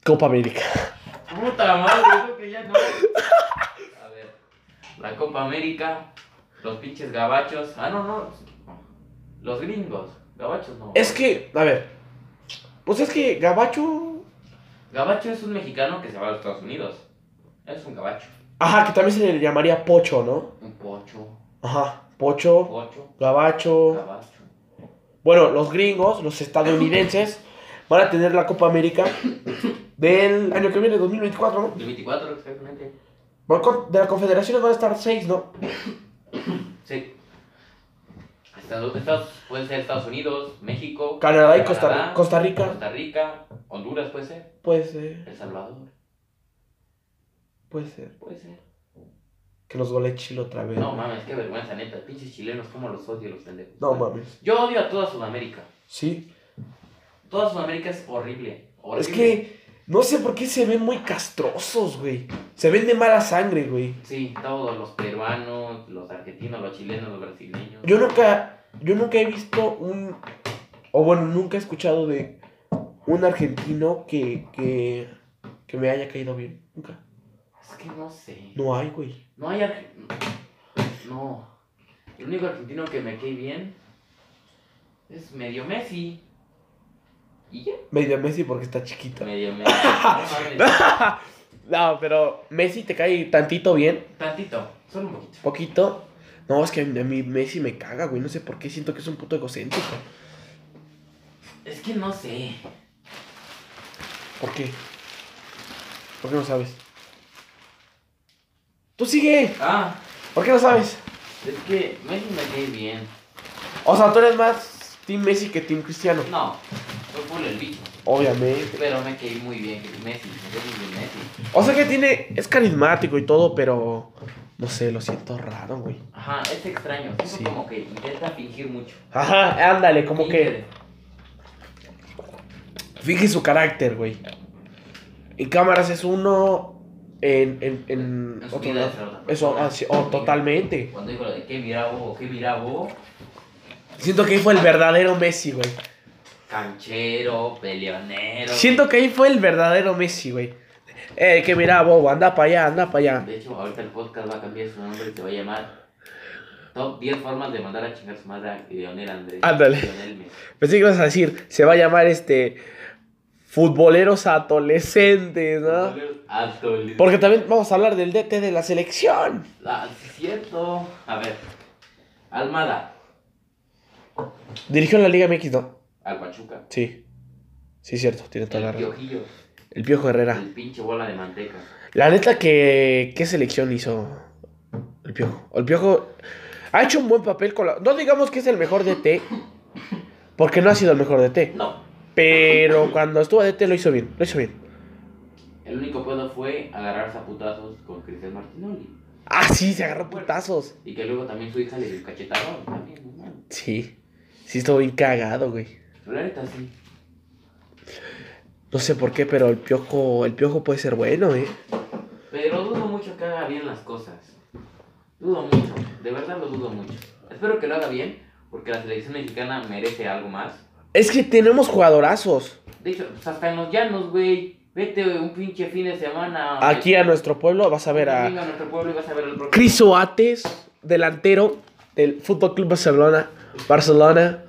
B: Copa América.
A: Puta madre, yo creo que ya no. A ver. La Copa América, los pinches gabachos. Ah, no, no. Los gringos. Gabachos no.
B: Es que, a ver. Pues es que Gabacho.
A: Gabacho es un mexicano que se va a los Estados Unidos. Es un gabacho.
B: Ajá, que también se le llamaría Pocho, ¿no?
A: Un pocho.
B: Ajá, Pocho,
A: Pocho.
B: Gabacho.
A: Gabacho.
B: Bueno, los gringos, los estadounidenses, van a tener la Copa América del año que viene, 2024, ¿no?
A: El 24, exactamente.
B: Van con- De las confederaciones van a estar seis, ¿no?
A: Sí. Estados, Estados, puede ser Estados Unidos, México,
B: Canadá y Costa,
A: Canadá,
B: Costa Rica.
A: Costa Rica, Honduras puede ser,
B: Puede ser,
A: El Salvador
B: puede ser.
A: puede ser.
B: Que nos gole Chile otra vez.
A: No mames, qué vergüenza, neta. Pinches chilenos, cómo los odio los pendejos.
B: No mames.
A: Yo odio a toda Sudamérica.
B: Sí.
A: Toda Sudamérica es horrible.
B: Es
A: horrible.
B: que no sé por qué se ven muy castrosos, güey. Se ven de mala sangre, güey.
A: Sí, todos los peruanos, los argentinos, los chilenos, los brasileños.
B: Yo nunca, yo nunca he visto un, o bueno, nunca he escuchado de un argentino que, que, que me haya caído bien. Nunca.
A: Es que no sé.
B: No hay, güey.
A: No hay arge- No. El único argentino que me cae bien es medio Messi. ¿Y ya?
B: Medio Messi porque está chiquito.
A: Medio Messi. No mames.
B: No, pero Messi te cae tantito bien,
A: Tantito, solo un poquito.
B: poquito. No, es que a mí- a mí Messi me caga, güey. No sé por qué siento que es un puto egocéntrico.
A: Es que no sé.
B: ¿Por qué? ¿Por qué no sabes? Tú sigue.
A: Ah,
B: ¿Por qué no sabes?
A: es que Messi me cae bien.
B: O sea, tú eres más Team Messi que Team Cristiano.
A: No, no por el bicho.
B: Obviamente.
A: Pero me cae muy bien Messi. Me cae muy bien Messi.
B: O sea que tiene. Es carismático y todo, pero. No sé, lo siento raro, güey.
A: Ajá, es extraño. Siento
B: Sí.
A: como que intenta fingir mucho.
B: Ajá, ándale, como que.
A: Finge.
B: Fije su carácter, güey. En cámaras es uno. En. En. En.
A: En su
B: Otro
A: vida
B: lado.
A: es otra persona.
B: Eso, ah, sí, oh, totalmente.
A: Cuando digo lo de qué mira vos, qué mira vos.
B: Siento que ahí fue el verdadero Messi, güey.
A: Canchero, peleonero.
B: Siento que ahí fue el verdadero Messi, güey. Eh, que mira, Bobo, anda para allá, anda para allá.
A: De hecho, ahorita el podcast va a cambiar su nombre y se va a llamar Top 10 formas de mandar a chingar a su madre a Lionel Andrés.
B: Ándale.
A: Lionel Messi.
B: Pensé que ibas a decir, se va a llamar este. Futboleros adolescentes, ¿no?
A: Atole-
B: Porque también vamos a hablar del DT de la selección.
A: Ah, sí es cierto. A ver. Almada.
B: Dirigió en la Liga MX, ¿no?
A: Al Pachuca.
B: Sí. Sí, cierto, tiene toda la
A: El
B: razón.
A: Piojillo.
B: El Piojo Herrera.
A: El pinche bola de manteca.
B: La neta que... ¿Qué selección hizo el Piojo? El Piojo ha hecho un buen papel con la... No digamos que es el mejor DT, porque no ha sido el mejor DT.
A: No.
B: Pero cuando estuvo DT lo hizo bien, lo hizo bien.
A: El único pedo fue agarrarse a putazos con Cristian Martinoli.
B: Ah, sí, se agarró putazos.
A: Y que luego también su hija le dio un cachetadón también, no mames.
B: Sí, sí estuvo bien cagado, güey.
A: La neta sí.
B: No sé por qué, pero el Piojo, el Piojo puede ser bueno, ¿eh?
A: Pero dudo mucho que haga bien las cosas. Dudo mucho, de verdad lo dudo mucho. Espero que lo haga bien, porque la selección mexicana merece algo más.
B: Es que tenemos jugadorazos.
A: De hecho, pues hasta en los llanos, güey. Vete güey, un pinche fin de semana.
B: Aquí a nuestro pueblo vas a ver
A: Venga
B: a
A: a nuestro pueblo y vas a ver el próximo.
B: Crisoates, delantero del Fútbol Club Barcelona. Barcelona.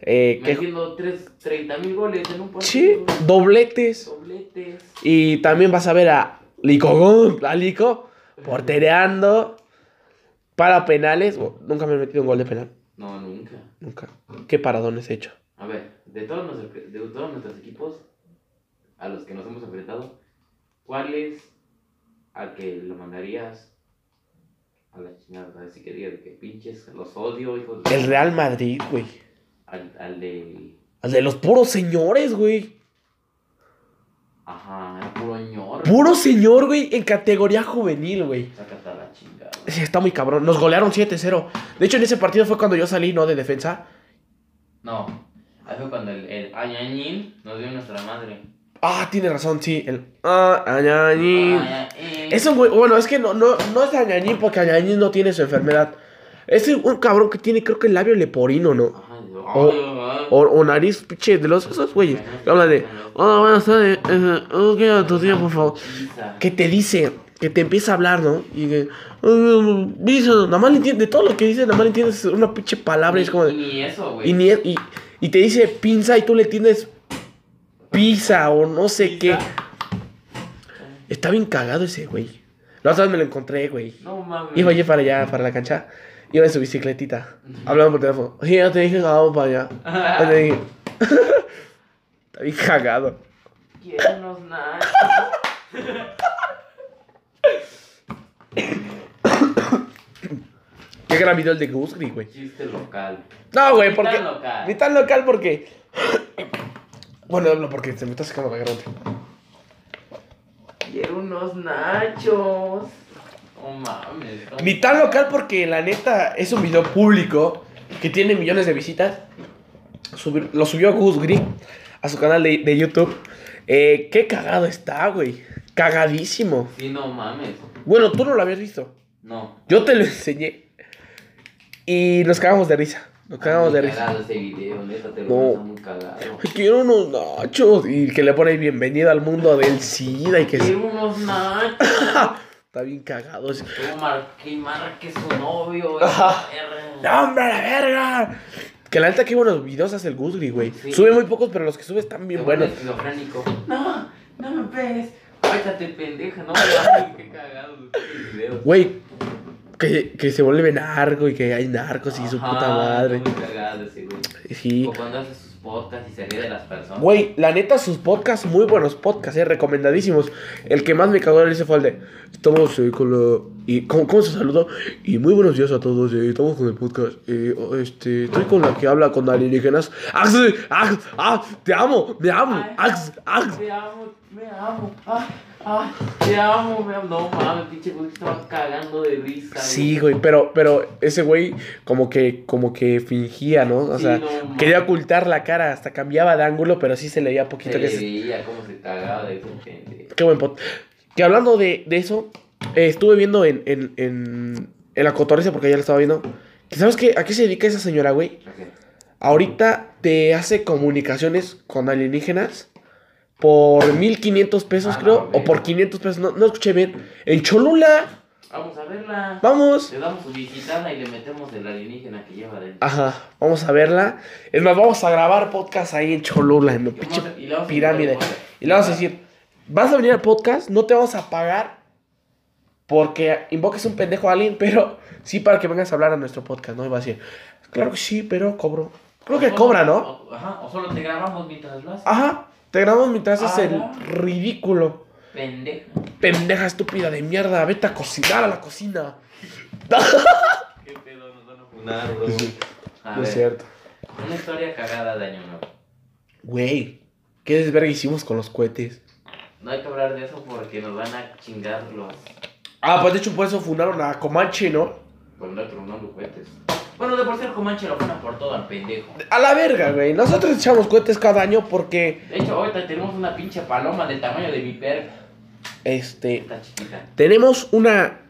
B: eh, que,
A: Metiendo tres, 30 mil goles en un partido.
B: sí, dobletes.
A: Dobletes.
B: Y también vas a ver a Lico Gun- a Lico, portereando para penales. Oh, nunca me he metido un gol de penal.
A: No, nunca.
B: Nunca. Qué paradones he hecho.
A: A ver, de todos, nuestros, de todos nuestros equipos a los que nos hemos enfrentado, ¿cuál es al que lo mandarías a la chingada? Si querías, de que pinches, los odio, hijos de-
B: El Real Madrid, güey.
A: Al, al de.
B: Al de los puros señores, güey.
A: Ajá, el puro ñor.
B: Puro señor, güey, en categoría juvenil, güey.
A: Sácate a la chingada.
B: Sí, está muy cabrón. Nos golearon 7-0. De hecho, en ese partido fue cuando yo salí, ¿no? De defensa.
A: No. Ahí fue cuando el, el añañín nos dio nuestra madre.
B: Ah, tiene razón, sí. El ah, añañín.
A: Añañín.
B: Es un güey, bueno, es que no, no, no es añañín porque añañín no tiene su enfermedad. Es un cabrón que tiene, creo que el labio leporino, ¿no?
A: Ajá, yo- ay, ay.
B: O, o nariz, pinche, de los esos güeyes. Que habla de, "Ah, hola, buenas tardes, eh, ¿un kilo de tortilla, por favor?
A: Pizza.
B: Que te dice, que te empieza a hablar, ¿no? Y que, "Eh, dice, nada más le entiende, de todo lo que dice, nada más le entiendes una pinche palabra y es como
A: Y
B: de,
A: Ni eso, güey.
B: y, ni, y, y te dice pinza y tú le entiendes pizza o no sé qué. Está bien cagado ese güey. La otra vez me lo encontré, güey.
A: No mames.
B: Iba yo para allá, para la cancha. Iba en su bicicletita. Hablando por teléfono. Oye, ya te dije que vamos para allá. Ya te dije. Está bien cagado.
A: Quiero unos nachos.
B: Qué gran video el de Gusgri, güey.
A: Chiste local.
B: No, güey,
A: Ni
B: porque.
A: tan local.
B: Ni tan local porque. Bueno, hablo porque se me está sacando la garganta.
A: Quiero unos nachos. No mames. no.
B: Ni tan local porque la neta es un video público que tiene millones de visitas. Subir- lo subió Gus Green a su canal de, de YouTube. Eh, qué cagado está, güey. Cagadísimo.
A: Sí, no mames.
B: Bueno, tú no lo habías visto.
A: No.
B: Yo te lo enseñé. Y nos cagamos de risa. Nos cagamos de
A: Muy
B: risa.
A: cagado ese video, neta, te lo
B: No.
A: paso muy cagado.
B: Ay, quiero unos nachos. Y que le pone ahí bienvenido al mundo del SIDA y que
A: Quiero unos nachos.
B: está bien cagado. Es-
A: Como Marquín Márquez, su novio.
B: Ajá.
A: esa perra.
B: ¡No, hombre, la verga! Que la neta, qué buenos videos hace el Gusgri, güey.
A: Sí.
B: Sube muy pocos, pero los que sube están bien
A: Se
B: buenos.
A: vuelve esquizofrénico. No, no me pegues. Cuéntate, pendeja. No mames, qué cagado. Qué video.
B: Güey, que, que se vuelve narco y que hay narcos y su
A: Ajá,
B: puta madre.
A: Muy cagado ese güey.
B: Sí.
A: O cuando hace sus podcasts y se ríe de las personas.
B: Güey, la neta, sus podcasts, muy buenos podcasts, eh, recomendadísimos. El que más me cagó de risa fue el de Estamos eh, con lo. Y, ¿cómo, cómo se saludó? Y muy buenos días a todos, eh, estamos con el podcast. eh, oh, este, estoy con la que habla con alienígenas. ¡Ax! ¡Ax! ¡Ah! ¡Te amo! ¡Me amo! ¡Ah,
A: Ay.
B: ¡Ax! ¡Ax!
A: Te amo, me amo. Ah, ah, te amo, me amo. No mames, pinche güey, estaba cagando de risa. güey.
B: Sí, güey, pero, pero ese güey como que, como que fingía, ¿no? O
A: Sí,
B: sea,
A: no mames.
B: quería ocultar la cara, hasta cambiaba de ángulo, pero sí se le veía poquito
A: Se
B: que
A: le
B: se-
A: veía cómo se cagaba de su gente.
B: Qué buen pot. Que hablando de, de eso, eh, estuve viendo en, en, en, en la cotorriza porque ya la estaba viendo. que ¿Sabes qué? ¿A qué se dedica esa señora, güey? Ahorita te hace comunicaciones con alienígenas por 1500 pesos,
A: Ah,
B: creo,
A: güey.
B: o por 500 pesos, no, no escuché bien. En Cholula,
A: Vamos a verla.
B: vamos.
A: Le damos su visitada y le metemos el alienígena que lleva
B: Ah,
A: adentro.
B: Ajá, vamos a verla. Es más, vamos a grabar podcast ahí en Cholula, en la
A: Y vamos
B: pinche
A: a- y le vamos a
B: pirámide.
A: invitar al podcast.
B: Y le vamos a decir, vas a venir al podcast, no te vamos a pagar porque invoques un pendejo a alguien, pero sí para que vengas a hablar a nuestro podcast, ¿no? Y va a decir, claro que sí, pero cobro. Creo que
A: O solo-
B: cobra, ¿no?
A: o- Ajá, o solo te grabamos mientras lo haces.
B: Ajá, te grabamos mientras haces
A: Ah.
B: el ridículo.
A: Pendeja.
B: Pendeja estúpida de mierda, vete a cocinar a la cocina.
A: Qué pedo, nos van a funar, bro. A
B: No
A: ver,
B: es cierto.
A: una historia cagada de año nuevo.
B: Güey, ¿qué desverga hicimos con los cohetes?
A: No hay que hablar de eso porque nos van a chingar los.
B: Ah, pues de hecho por eso fundaron a Comanche, ¿no?
A: Por andar tronando cohetes. Bueno, de por sí el Comanche lo fueron por todo al pendejo.
B: A la verga, güey. Nosotros echamos cohetes cada año porque,
A: De hecho, ahorita tenemos una pinche paloma del tamaño de mi perro.
B: este,
A: Está chiquita.
B: tenemos una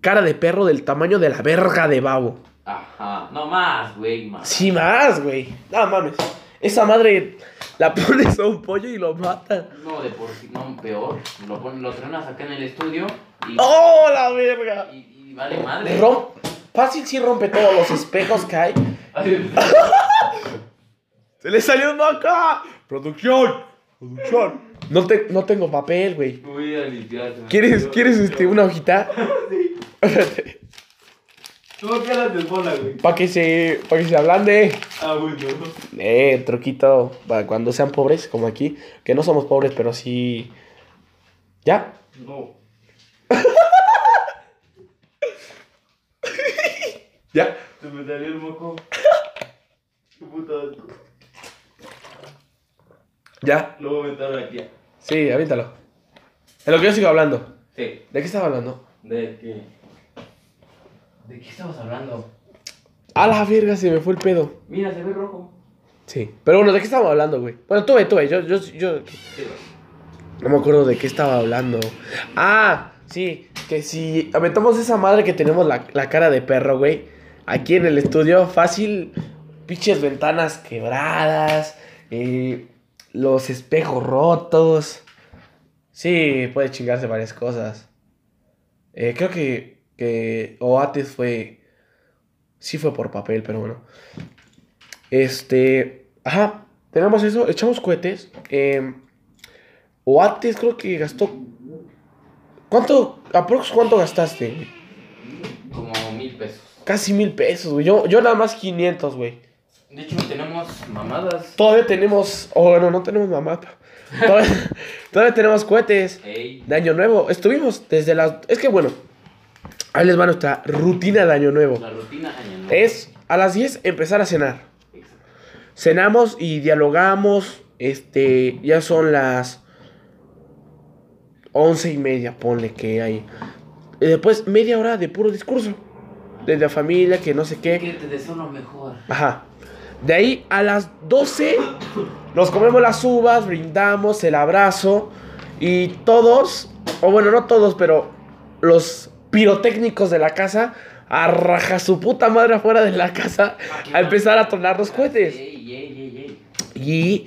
B: cara de perro del tamaño de la verga de babo.
A: Ajá. No más, güey, más.
B: Sí más, güey. No mames. Esa madre la pones a un pollo y lo mata.
A: No, de por sí, no, peor. Lo, ponen, lo tronas acá en el estudio y.
B: ¡Oh, la verga!
A: Y, y vale madre.
B: Rom- Fácil sí rompe todos los espejos que hay. ¡Se le salió un acá! ¡Producción! ¡Producción! No, te- no tengo papel, güey.
A: Voy a limpiar. se me
B: ¿Quieres,
A: olvidó.
B: ¿Quieres este, una hojita?
A: No quedas de bola, güey.
B: Para que se. Para que se ablande.
A: Ah, bueno.
B: Eh, truquito para cuando sean pobres, como aquí. Que no somos pobres, pero sí. ¿Ya?
A: No.
B: ¿Ya?
A: Se me salió el moco. Qué puta.
B: ¿Ya?
A: Lo voy a meter aquí.
B: Sí, avítalo. En lo que yo sigo hablando.
A: Sí.
B: ¿De qué estaba hablando?
A: ¿De qué? ¿De qué estamos hablando?
B: A la verga, se me fue el pedo.
A: Mira, se ve rojo.
B: Sí. Pero bueno, ¿de qué estábamos hablando, güey? Bueno, tú ve, tú ve. Yo, yo, yo. No me acuerdo de qué estaba hablando. Ah, sí. Que si aventamos esa madre que tenemos la, la cara de perro, güey. Aquí en el estudio, fácil. Pinches ventanas quebradas. eh, los espejos rotos. Sí, puede chingarse varias cosas. Eh, creo que, que Oates fue. Sí, fue por papel, pero bueno. Este. Ajá, tenemos eso. Echamos cohetes. eh, Oates creo que gastó. ¿Cuánto? ¿Aprox cuánto gastaste? güey?
A: Como mil pesos.
B: Casi mil pesos, güey. Yo, yo nada más 500, güey.
A: De hecho, tenemos mamadas.
B: Todavía tenemos. Oh, bueno, no tenemos mamá. Todavía, todavía tenemos cohetes.
A: Ey,
B: de Año Nuevo. Estuvimos desde las. Es que bueno, ahí les va nuestra rutina de Año Nuevo.
A: la rutina año nuevo.
B: Es a las 10 empezar a cenar.
A: Exacto.
B: Cenamos y dialogamos. Este, ya son las 11 y media, ponle que hay. Y después media hora de puro discurso. De la familia, que no sé qué.
A: Que te deseo lo mejor.
B: Ajá. De ahí a las 12 nos comemos las uvas, brindamos, el abrazo y todos, o bueno, no todos, pero los pirotécnicos de la casa arraja su puta madre afuera de la casa a empezar a tronar los cohetes.
A: Ey, ey, ey, ey.
B: Y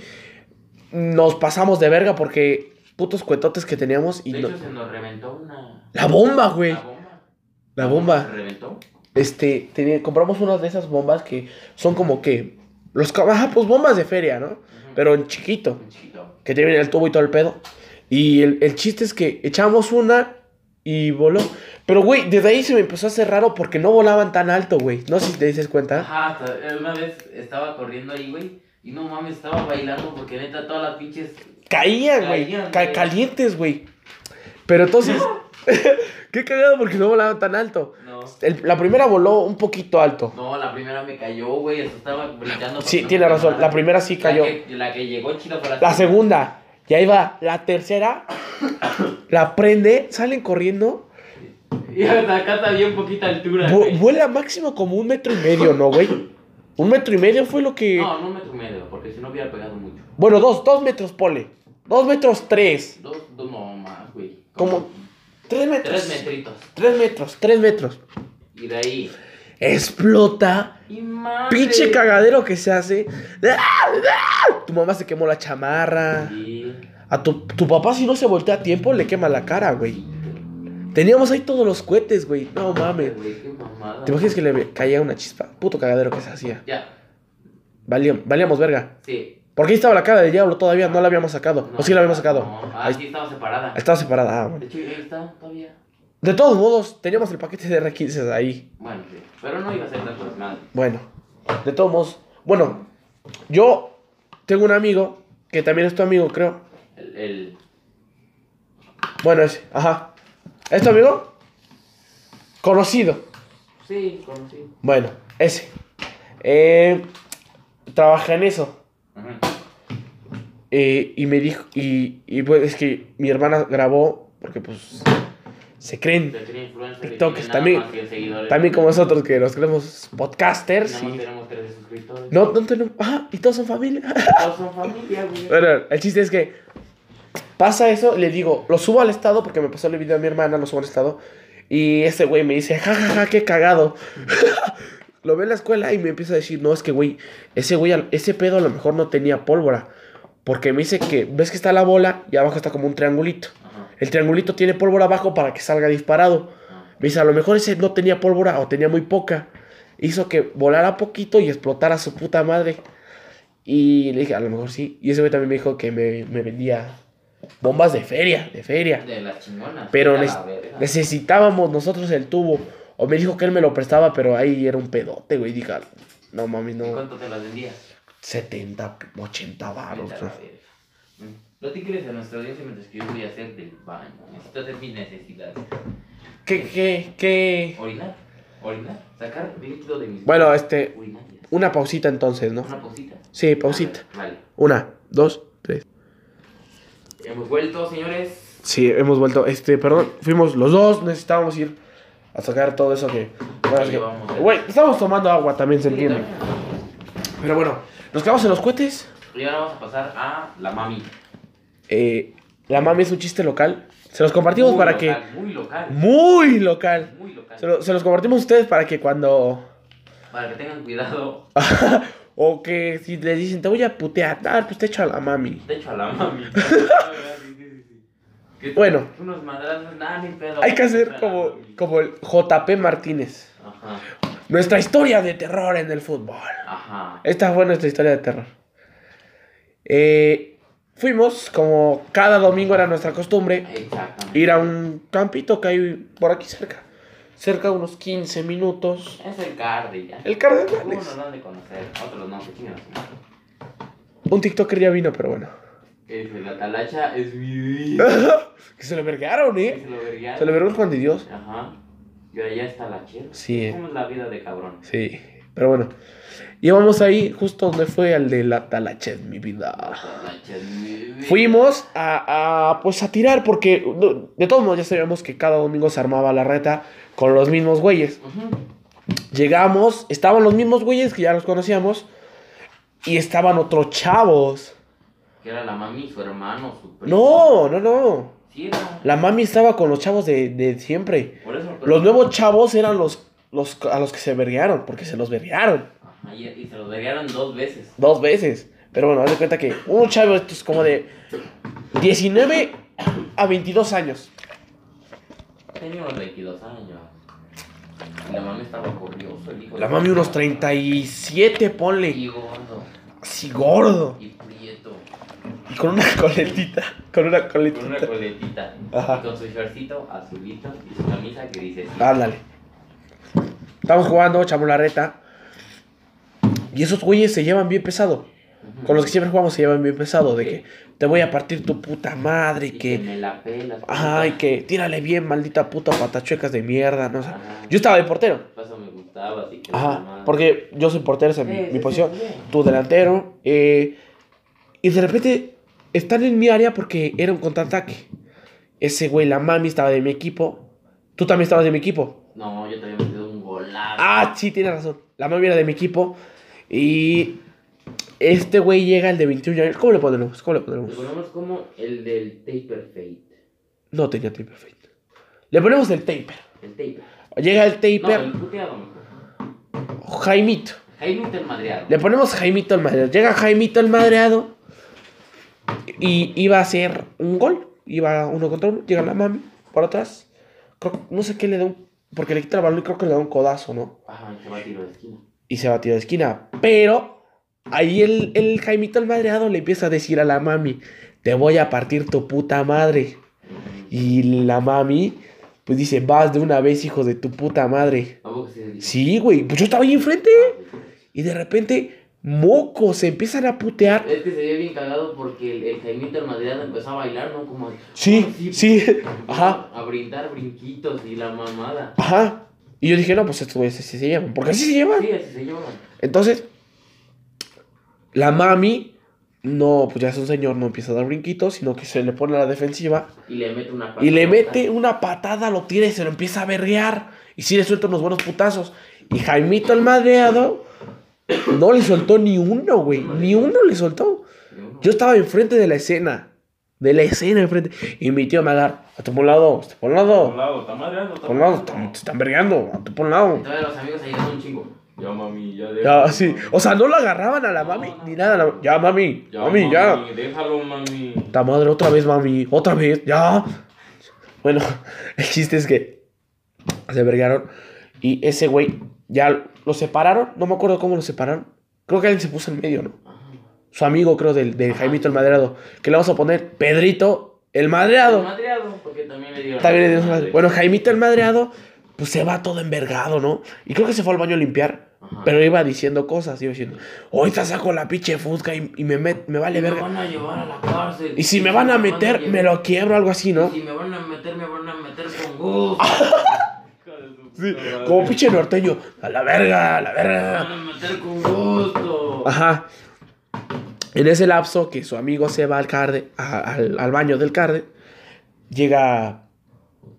B: nos pasamos de verga porque putos cuetotes que teníamos y
A: De
B: no-
A: hecho, se nos reventó una.
B: la bomba, güey.
A: La bomba.
B: La bomba.
A: ¿Se reventó?
B: Este, tenía- compramos una de esas bombas que son como que los ca- ajá, pues bombas de feria, ¿no?
A: Ujú.
B: pero en chiquito,
A: Un chiquito.
B: que te viene el tubo y todo el pedo. Y el, el chiste es que echamos una y voló. Pero, güey, desde ahí se me empezó a hacer raro porque no volaban tan alto, güey. No sé si te dices cuenta.
A: Ajá, hasta- eh, una vez estaba corriendo ahí, güey. Y no mames, estaba bailando porque neta todas las pinches.
B: Caían, güey.
A: Caían,
B: ca-
A: güey.
B: calientes, güey. Pero entonces, qué cagado porque no volaban tan alto.
A: No.
B: El- la primera voló un poquito alto.
A: No, la primera me cayó, güey. Hasta estaba brincando.
B: Sí,
A: porque
B: tiene
A: no me
B: razón. La
A: agarraba.
B: primera sí cayó.
A: La que, la que llegó chida para
B: La segunda, ya iba. La tercera, la prende, salen corriendo.
A: Y hasta acá está bien poquita altura.
B: Vu-
A: güey.
B: vuela máximo como un metro y medio, ¿no, güey? Un metro y medio fue lo que.
A: No, no me tomé dedo, porque si no hubiera pegado mucho.
B: Bueno, dos, dos metros, pole. Dos metros, tres.
A: Dos, dos no más, güey.
B: Como. Tres metros.
A: Tres metritos.
B: Tres metros, tres metros.
A: Y de ahí.
B: Explota.
A: Y madre.
B: Pinche cagadero que se hace. ¡Ah! ¡Ah! Tu mamá se quemó la chamarra.
A: Y-
B: A tu, tu papá, si no se voltea a tiempo, le quema la cara, güey. Teníamos ahí todos los cohetes, güey. No mames.
A: Güey, qué mamada.
B: ¿Te imaginas que le caía una chispa? Puto cagadero que se hacía.
A: Ya,
B: Valíamos, valíamos verga.
A: sí.
B: Porque ahí estaba la cara del diablo todavía, no la habíamos sacado.
A: No,
B: o sí la habíamos sacado.
A: no. Ah,
B: Ahí-
A: sí, estaba separada.
B: Estaba separada, ah, bueno.
A: De hecho, ahí está todavía.
B: De todos modos, teníamos el paquete de R15 ahí.
A: Bueno, sí. Pero no iba a ser tanto desmadre.
B: Bueno, de todos modos. Bueno, yo tengo un amigo, que también es tu amigo, creo.
A: El, el.
B: Bueno, ese, ajá. ¿Es tu amigo? Conocido.
A: Sí, conocí.
B: Bueno, ese. Eh, trabaja en eso.
A: Ajá.
B: Eh, y me dijo, y, y pues es que mi hermana grabó, porque pues se creen.
A: Se cree influencer y
B: TikTok,
A: tiene nada
B: también-
A: más que seguidores.
B: También como nosotros que nos creemos
A: Nada
B: podcasters.
A: más
B: y-
A: tenemos 13 suscriptores.
B: No, no tenemos. Ah, y todos son familia.
A: Todos son familia, güey.
B: bueno, el chiste es que pasa eso, le digo, lo subo al estado porque me pasó el video a mi hermana, lo subo al estado. Y ese güey me dice, jajaja, qué cagado. lo ve en la escuela y me empieza a decir, no, es que güey, ese güey, al- ese pedo a lo mejor no tenía pólvora. Porque me dice que, ves que está la bola y abajo está como un triangulito.
A: Ajá.
B: El triangulito tiene pólvora abajo para que salga disparado.
A: ajá.
B: Me dice, a lo mejor ese no tenía pólvora o tenía muy poca. Hizo que volara poquito y explotara su puta madre. Y le dije, a lo mejor sí. Y ese güey también me dijo que me, me vendía bombas de feria, de feria.
A: De las chingonas.
B: Pero
A: vete a
B: nes-
A: la verga.
B: necesitábamos nosotros el tubo. O me dijo que él me lo prestaba, pero ahí era un pedote, güey. Dije, "Ah, no mami,
A: ¿Y
B: no.
A: ¿Cuánto te las vendías?
B: 70, 80 baros.
A: Vete a la verga. Mm. No te quieres a nuestra audiencia mientras que yo voy a hacer del baño. Necesito hacer mis necesidades.
B: ¿Qué, qué, qué?
A: Orinar, orinar, sacar líquido de mis.
B: Bueno, este,
A: Urinar, ya.
B: una pausita entonces, ¿no?
A: Una pausita.
B: Sí, pausita.
A: Vale.
B: Una, dos, tres.
A: Hemos vuelto, señores.
B: Sí, hemos vuelto. Este, perdón, fuimos los dos, necesitábamos ir a sacar todo eso que. bueno, es que-
A: vamos.
B: Güey, estamos tomando agua también, se entiende. Pero bueno, ¿Nos quedamos en los cohetes?
A: Y ahora vamos a pasar a la mami.
B: Eh, la mami es un chiste local. Se los compartimos
A: Muy
B: para
A: local, Muy local.
B: que. Muy local.
A: Muy local.
B: Se, lo- se los compartimos a ustedes para que cuando.
A: Para que tengan cuidado.
B: o que si les dicen, te voy a putear, ah, pues te echo a la mami.
A: De hecho, a la mami. Sí, sí, sí, sí. Que
B: Bueno.
A: Unos madrazos, nada, ni pedo.
B: Hay que
A: A
B: hacer
A: la
B: como,
A: mami.
B: como el JP Martínez.
A: Ajá.
B: Nuestra historia de terror en el fútbol.
A: Ajá.
B: Esta fue nuestra historia de terror. Eh, fuimos, como cada domingo era nuestra costumbre,
A: Exactamente.
B: ir a un campito que hay por aquí cerca. Cerca unos 15 minutos.
A: Es el Cardi, ya.
B: El Cardenales.
A: Algunos lo han de conocer, otros no, que chingan a su madre.
B: Un TikToker ya vino, pero bueno.
A: El de la talacha es mi
B: que se lo vergaron,
A: Que
B: ¿eh?
A: Se lo verguearon.
B: Se lo vergaron Juan de Dios.
A: Ajá. Y allá está la chela.
B: Sí, eh.
A: ¿Cómo es la vida de cabrón?
B: Sí, pero bueno. Íbamos ahí justo donde fue al de la talacha en mi vida.
A: Talacha es mi vida.
B: Fuimos a, a, pues a tirar porque no, de todos modos ya sabíamos que cada domingo se armaba la reta con los mismos güeyes.
A: Ujú.
B: Llegamos, estaban los mismos güeyes que ya los conocíamos y estaban otros chavos.
A: Que era la mami, su hermano, su primo.
B: No, no, no.
A: Sí, era.
B: La mami estaba con los chavos de, de siempre.
A: Por eso.
B: Los nuevos chavos eran los, los a los que se verguearon, porque se los verguearon
A: Ajá, y, y se lo verguearon dos veces.
B: dos veces. Pero bueno, haz de cuenta que un chavo esto es como de 19 a 22 años.
A: Tenía unos 22 años. Y la mami estaba curioso, el hijo.
B: Pues La
A: de-
B: mami unos 37, ponle.
A: Y gordo.
B: Así gordo.
A: Y prieto.
B: Y con una coletita. Con una
A: Con una
B: coletita.
A: coletita.
B: Ajá. Ah,
A: Y con su shortcito azulito y su camisa que dice. sí.
B: Ándale. Estamos jugando, chamularreta. Y esos güeyes se llevan bien pesado.
A: Ujú.
B: Con los que siempre jugamos se llevan bien pesado. De
A: Sí.
B: que te voy a partir tu puta madre.
A: Y que
B: Que.
A: me la pelas.
B: Ay,
A: puta.
B: que tírale bien, maldita puta patachuecas de mierda. No sé.
A: Ajá.
B: Yo estaba de portero.
A: Paso me gustaba, así que. la
B: Ajá,
A: mamá-
B: porque yo soy portero, esa es mi,
A: Eh,
B: mi
A: sí,
B: posición.
A: sí, sí.
B: Tú delantero. eh, y de repente están en mi área porque era un contraataque. Ese güey, la mami, estaba de mi equipo. Tú también estabas de mi equipo.
A: No, yo te había metido un golazo.
B: Ah, sí, tienes razón. La mami era de mi equipo. Y este güey llega, el de 21 años. ¿Cómo le ponemos? ¿Cómo le
A: Lo
B: ponemos?
A: ponemos Pues como el del Taper Fate.
B: No tenía taper perfecto. Le ponemos el taper.
A: El Taper.
B: Llega el
A: No,
B: taper,
A: el puteado mejor.
B: Jaimito.
A: Jaime del madreado.
B: Le ponemos Jaimito al madreado. Llega Jaimito al madreado. Y iba a hacer un gol. Iba uno contra uno. Llega la mami por atrás. Creo que- no sé qué le da un. Porque le quita el balón y creo que le da un codazo, ¿no?
A: Ajá, se va a tiro de esquina.
B: Y se va a tiro de esquina. Pero ahí el, el Jaimito al madreado le empieza a decir a la mami: Te voy a partir tu puta madre. Y la mami, pues dice: Vas de una vez, hijo de tu puta madre.
A: ¿A poco sí se dice?
B: Sí, güey. Pues yo estaba ahí enfrente. Y de repente, mocos, se empiezan a putear.
A: Ah, Es que se ve bien cagado porque el, el Jaimito del madreado empezó a bailar, ¿no? Como.
B: Sí,
A: Ah,
B: sí, ajá,
A: A brindar brinquitos y la mamada.
B: ajá. Y yo dije, no, pues estos güeyes así se llevan, porque así se llevan.
A: Sí, así se llaman.
B: Entonces, la mami, no, pues ya es un señor, no empieza a dar brinquitos, sino que se le pone a la defensiva
A: Y le mete una
B: y le
A: patadota.
B: mete una patada, lo tira y se lo empieza a berrear. Y sí le suelta unos buenos putazos. Y Jaimito el madreado no le soltó ni uno, güey, ni uno le soltó. Yo estaba enfrente de la escena. De la escena enfrente. Y mi tío me agarra. A tu por un lado, a tu por un lado.
A: lado, está madreando.
B: Por un lado, te te están vergando, a tu por un lado.
A: Todavía los amigos ayudan un chingo. Ya, mami, ya
B: Ya, sí. O sea, no la agarraban a la mami ni nada. la- Ya, mami, mami, ya.
A: Déjalo, mami.
B: Ta madre, otra vez, mami, otra vez, ya. Bueno, el chiste es que se vergaron. Y ese güey, ya lo separaron. No me acuerdo cómo lo separaron. Creo que alguien se puso en medio, ¿no? Su amigo, creo, del, del Jaimito el Madreado. Que le vamos a poner Pedrito el Madreado.
A: Madreado, porque también le dieron.
B: Está bien, Dios madre. Bueno, Jaimito el madreado, pues se va todo envergado, ¿no? Y creo que se fue al baño a limpiar.
A: Ajá.
B: Pero iba diciendo cosas, iba diciendo, ahorita saco la pinche fusca y, y me, met- me vale
A: me
B: verga.
A: van a llevar a la cárcel.
B: Y si me van a meter,
A: llevar-
B: me lo quiebro, algo así,
A: Y
B: ¿no?
A: Si me van a meter, me van a meter con gusto.
B: Sí, como pinche norteño, a la verga, a la
A: Me
B: verga.
A: van a meter con gusto.
B: Ajá. En ese lapso que su amigo se va al carde, a- al, al baño del carde, llega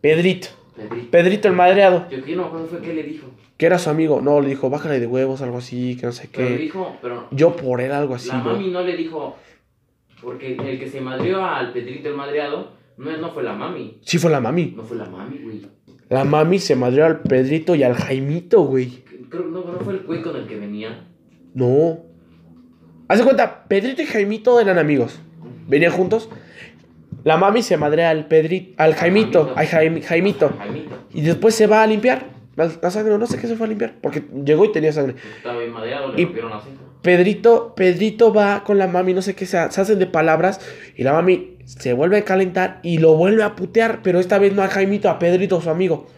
B: Pedrito.
A: Pedrito.
B: Pedrito el madreado,
A: Yo que no me acuerdo fue que le dijo.
B: que era su amigo. No, le dijo, bájale de huevos, algo así, que no sé
A: Pero le
B: qué.
A: dijo, pero
B: Yo por él, algo así,
A: la
B: güey.
A: mami no le dijo. Porque el que se madrió al Pedrito el madreado no, no fue la mami.
B: Sí fue la mami.
A: No fue la mami, güey.
B: La mami se madreó al Pedrito y al Jaimito, güey.
A: Creo no, no fue el güey con el que venía.
B: No. Haz de cuenta, Pedrito y Jaimito eran amigos. Venían juntos. La mami se madrea al Pedrito, al Jaimito, al Jaim- Jaimito.
A: Jaimito.
B: Y después se va a limpiar. La, la sangre, no sé qué se fue a limpiar. Porque llegó y tenía sangre.
A: Estaba bien madreado,
B: Y-
A: le rompieron la ceja.
B: Pedrito, Pedrito va con la mami, no sé qué, se, ha- se hacen de palabras. Y la mami se vuelve a calentar y lo vuelve a putear. Pero esta vez no a Jaimito, a Pedrito, su amigo.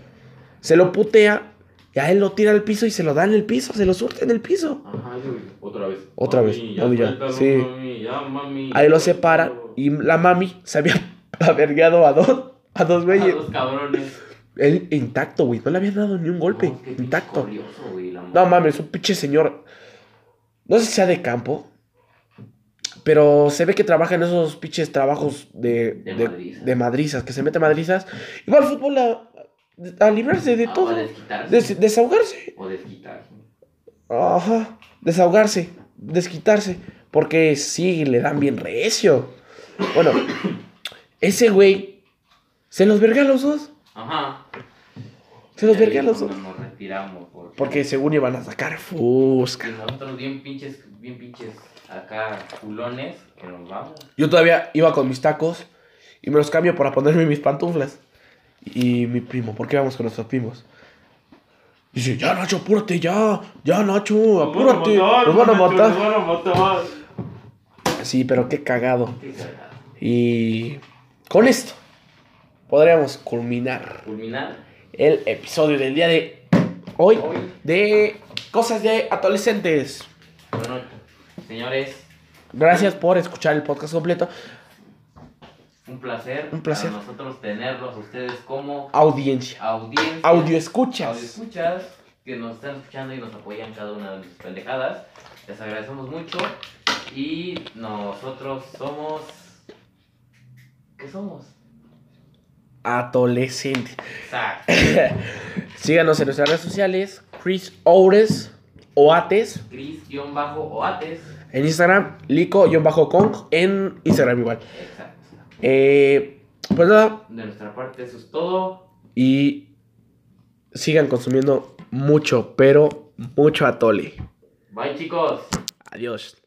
B: Se lo putea. Y a él lo tira al piso y se lo da en el piso. Se lo surte en el piso.
A: Ajá, güey. Otra vez.
B: Otra vez, mami, ya,
A: suéltalo,
B: sí.
A: mami, ya, mami,
B: Ahí lo
A: ya,
B: separa
A: suéltalo.
B: y la mami se había avergueado a dos, a dos
A: A
B: güeyes.
A: los cabrones.
B: Él intacto, güey. No le habían dado ni un golpe.
A: No, qué pinche
B: intacto.
A: curioso, güey, la
B: No
A: madre.
B: mames, un pinche señor. No sé si sea de campo. Pero se ve que trabaja en esos pinches trabajos de,
A: De madrizas.
B: de madrizas, que se mete madrizas. Y va al fútbol a, a librarse de
A: Ah,
B: todo.
A: O desquitarse.
B: Des- desahogarse.
A: O desquitarse.
B: Ajá. Desahogarse. Desquitarse. Porque sí, le dan bien recio. Bueno, ese güey se los verga a los dos.
A: Ajá.
B: Se los
A: Ya
B: verga a los
A: no
B: dos.
A: Nos retiramos porque,
B: Porque según iban a sacar fusca.
A: y nosotros bien pinches, bien pinches acá culones que nos vamos.
B: Yo todavía iba con mis tacos y me los cambio para ponerme mis pantuflas. Y mi primo, ¿por qué vamos con nuestros primos? Dice, ya Nacho, apúrate, ya, ya Nacho, apúrate, nos van a matar.
A: van a matar.
B: Sí, pero qué cagado.
A: Qué cagada.
B: Y con esto podríamos culminar
A: Culminar.
B: el episodio del día de hoy
A: Hoy.
B: de cosas de adolescentes.
A: Bueno, señores,
B: Gracias por escuchar el podcast completo.
A: un placer.
B: Un placer.
A: Para nosotros tenerlos a ustedes como
B: Audiencia.
A: audiencia.
B: Audio escuchas.
A: escuchas que nos están escuchando y nos apoyan cada una de nuestras pendejadas. Les agradecemos mucho. Y nosotros somos. ¿Qué somos?
B: Adolescente.
A: Exacto.
B: Síganos en nuestras redes sociales. Chris Oures Oates.
A: Cris-Oates.
B: En Instagram. Lico-Kong. En Instagram igual.
A: Exacto.
B: Eh, pues nada.
A: De nuestra parte, eso es todo.
B: Y sigan consumiendo mucho, pero mucho atole.
A: Bye, chicos.
B: Adiós.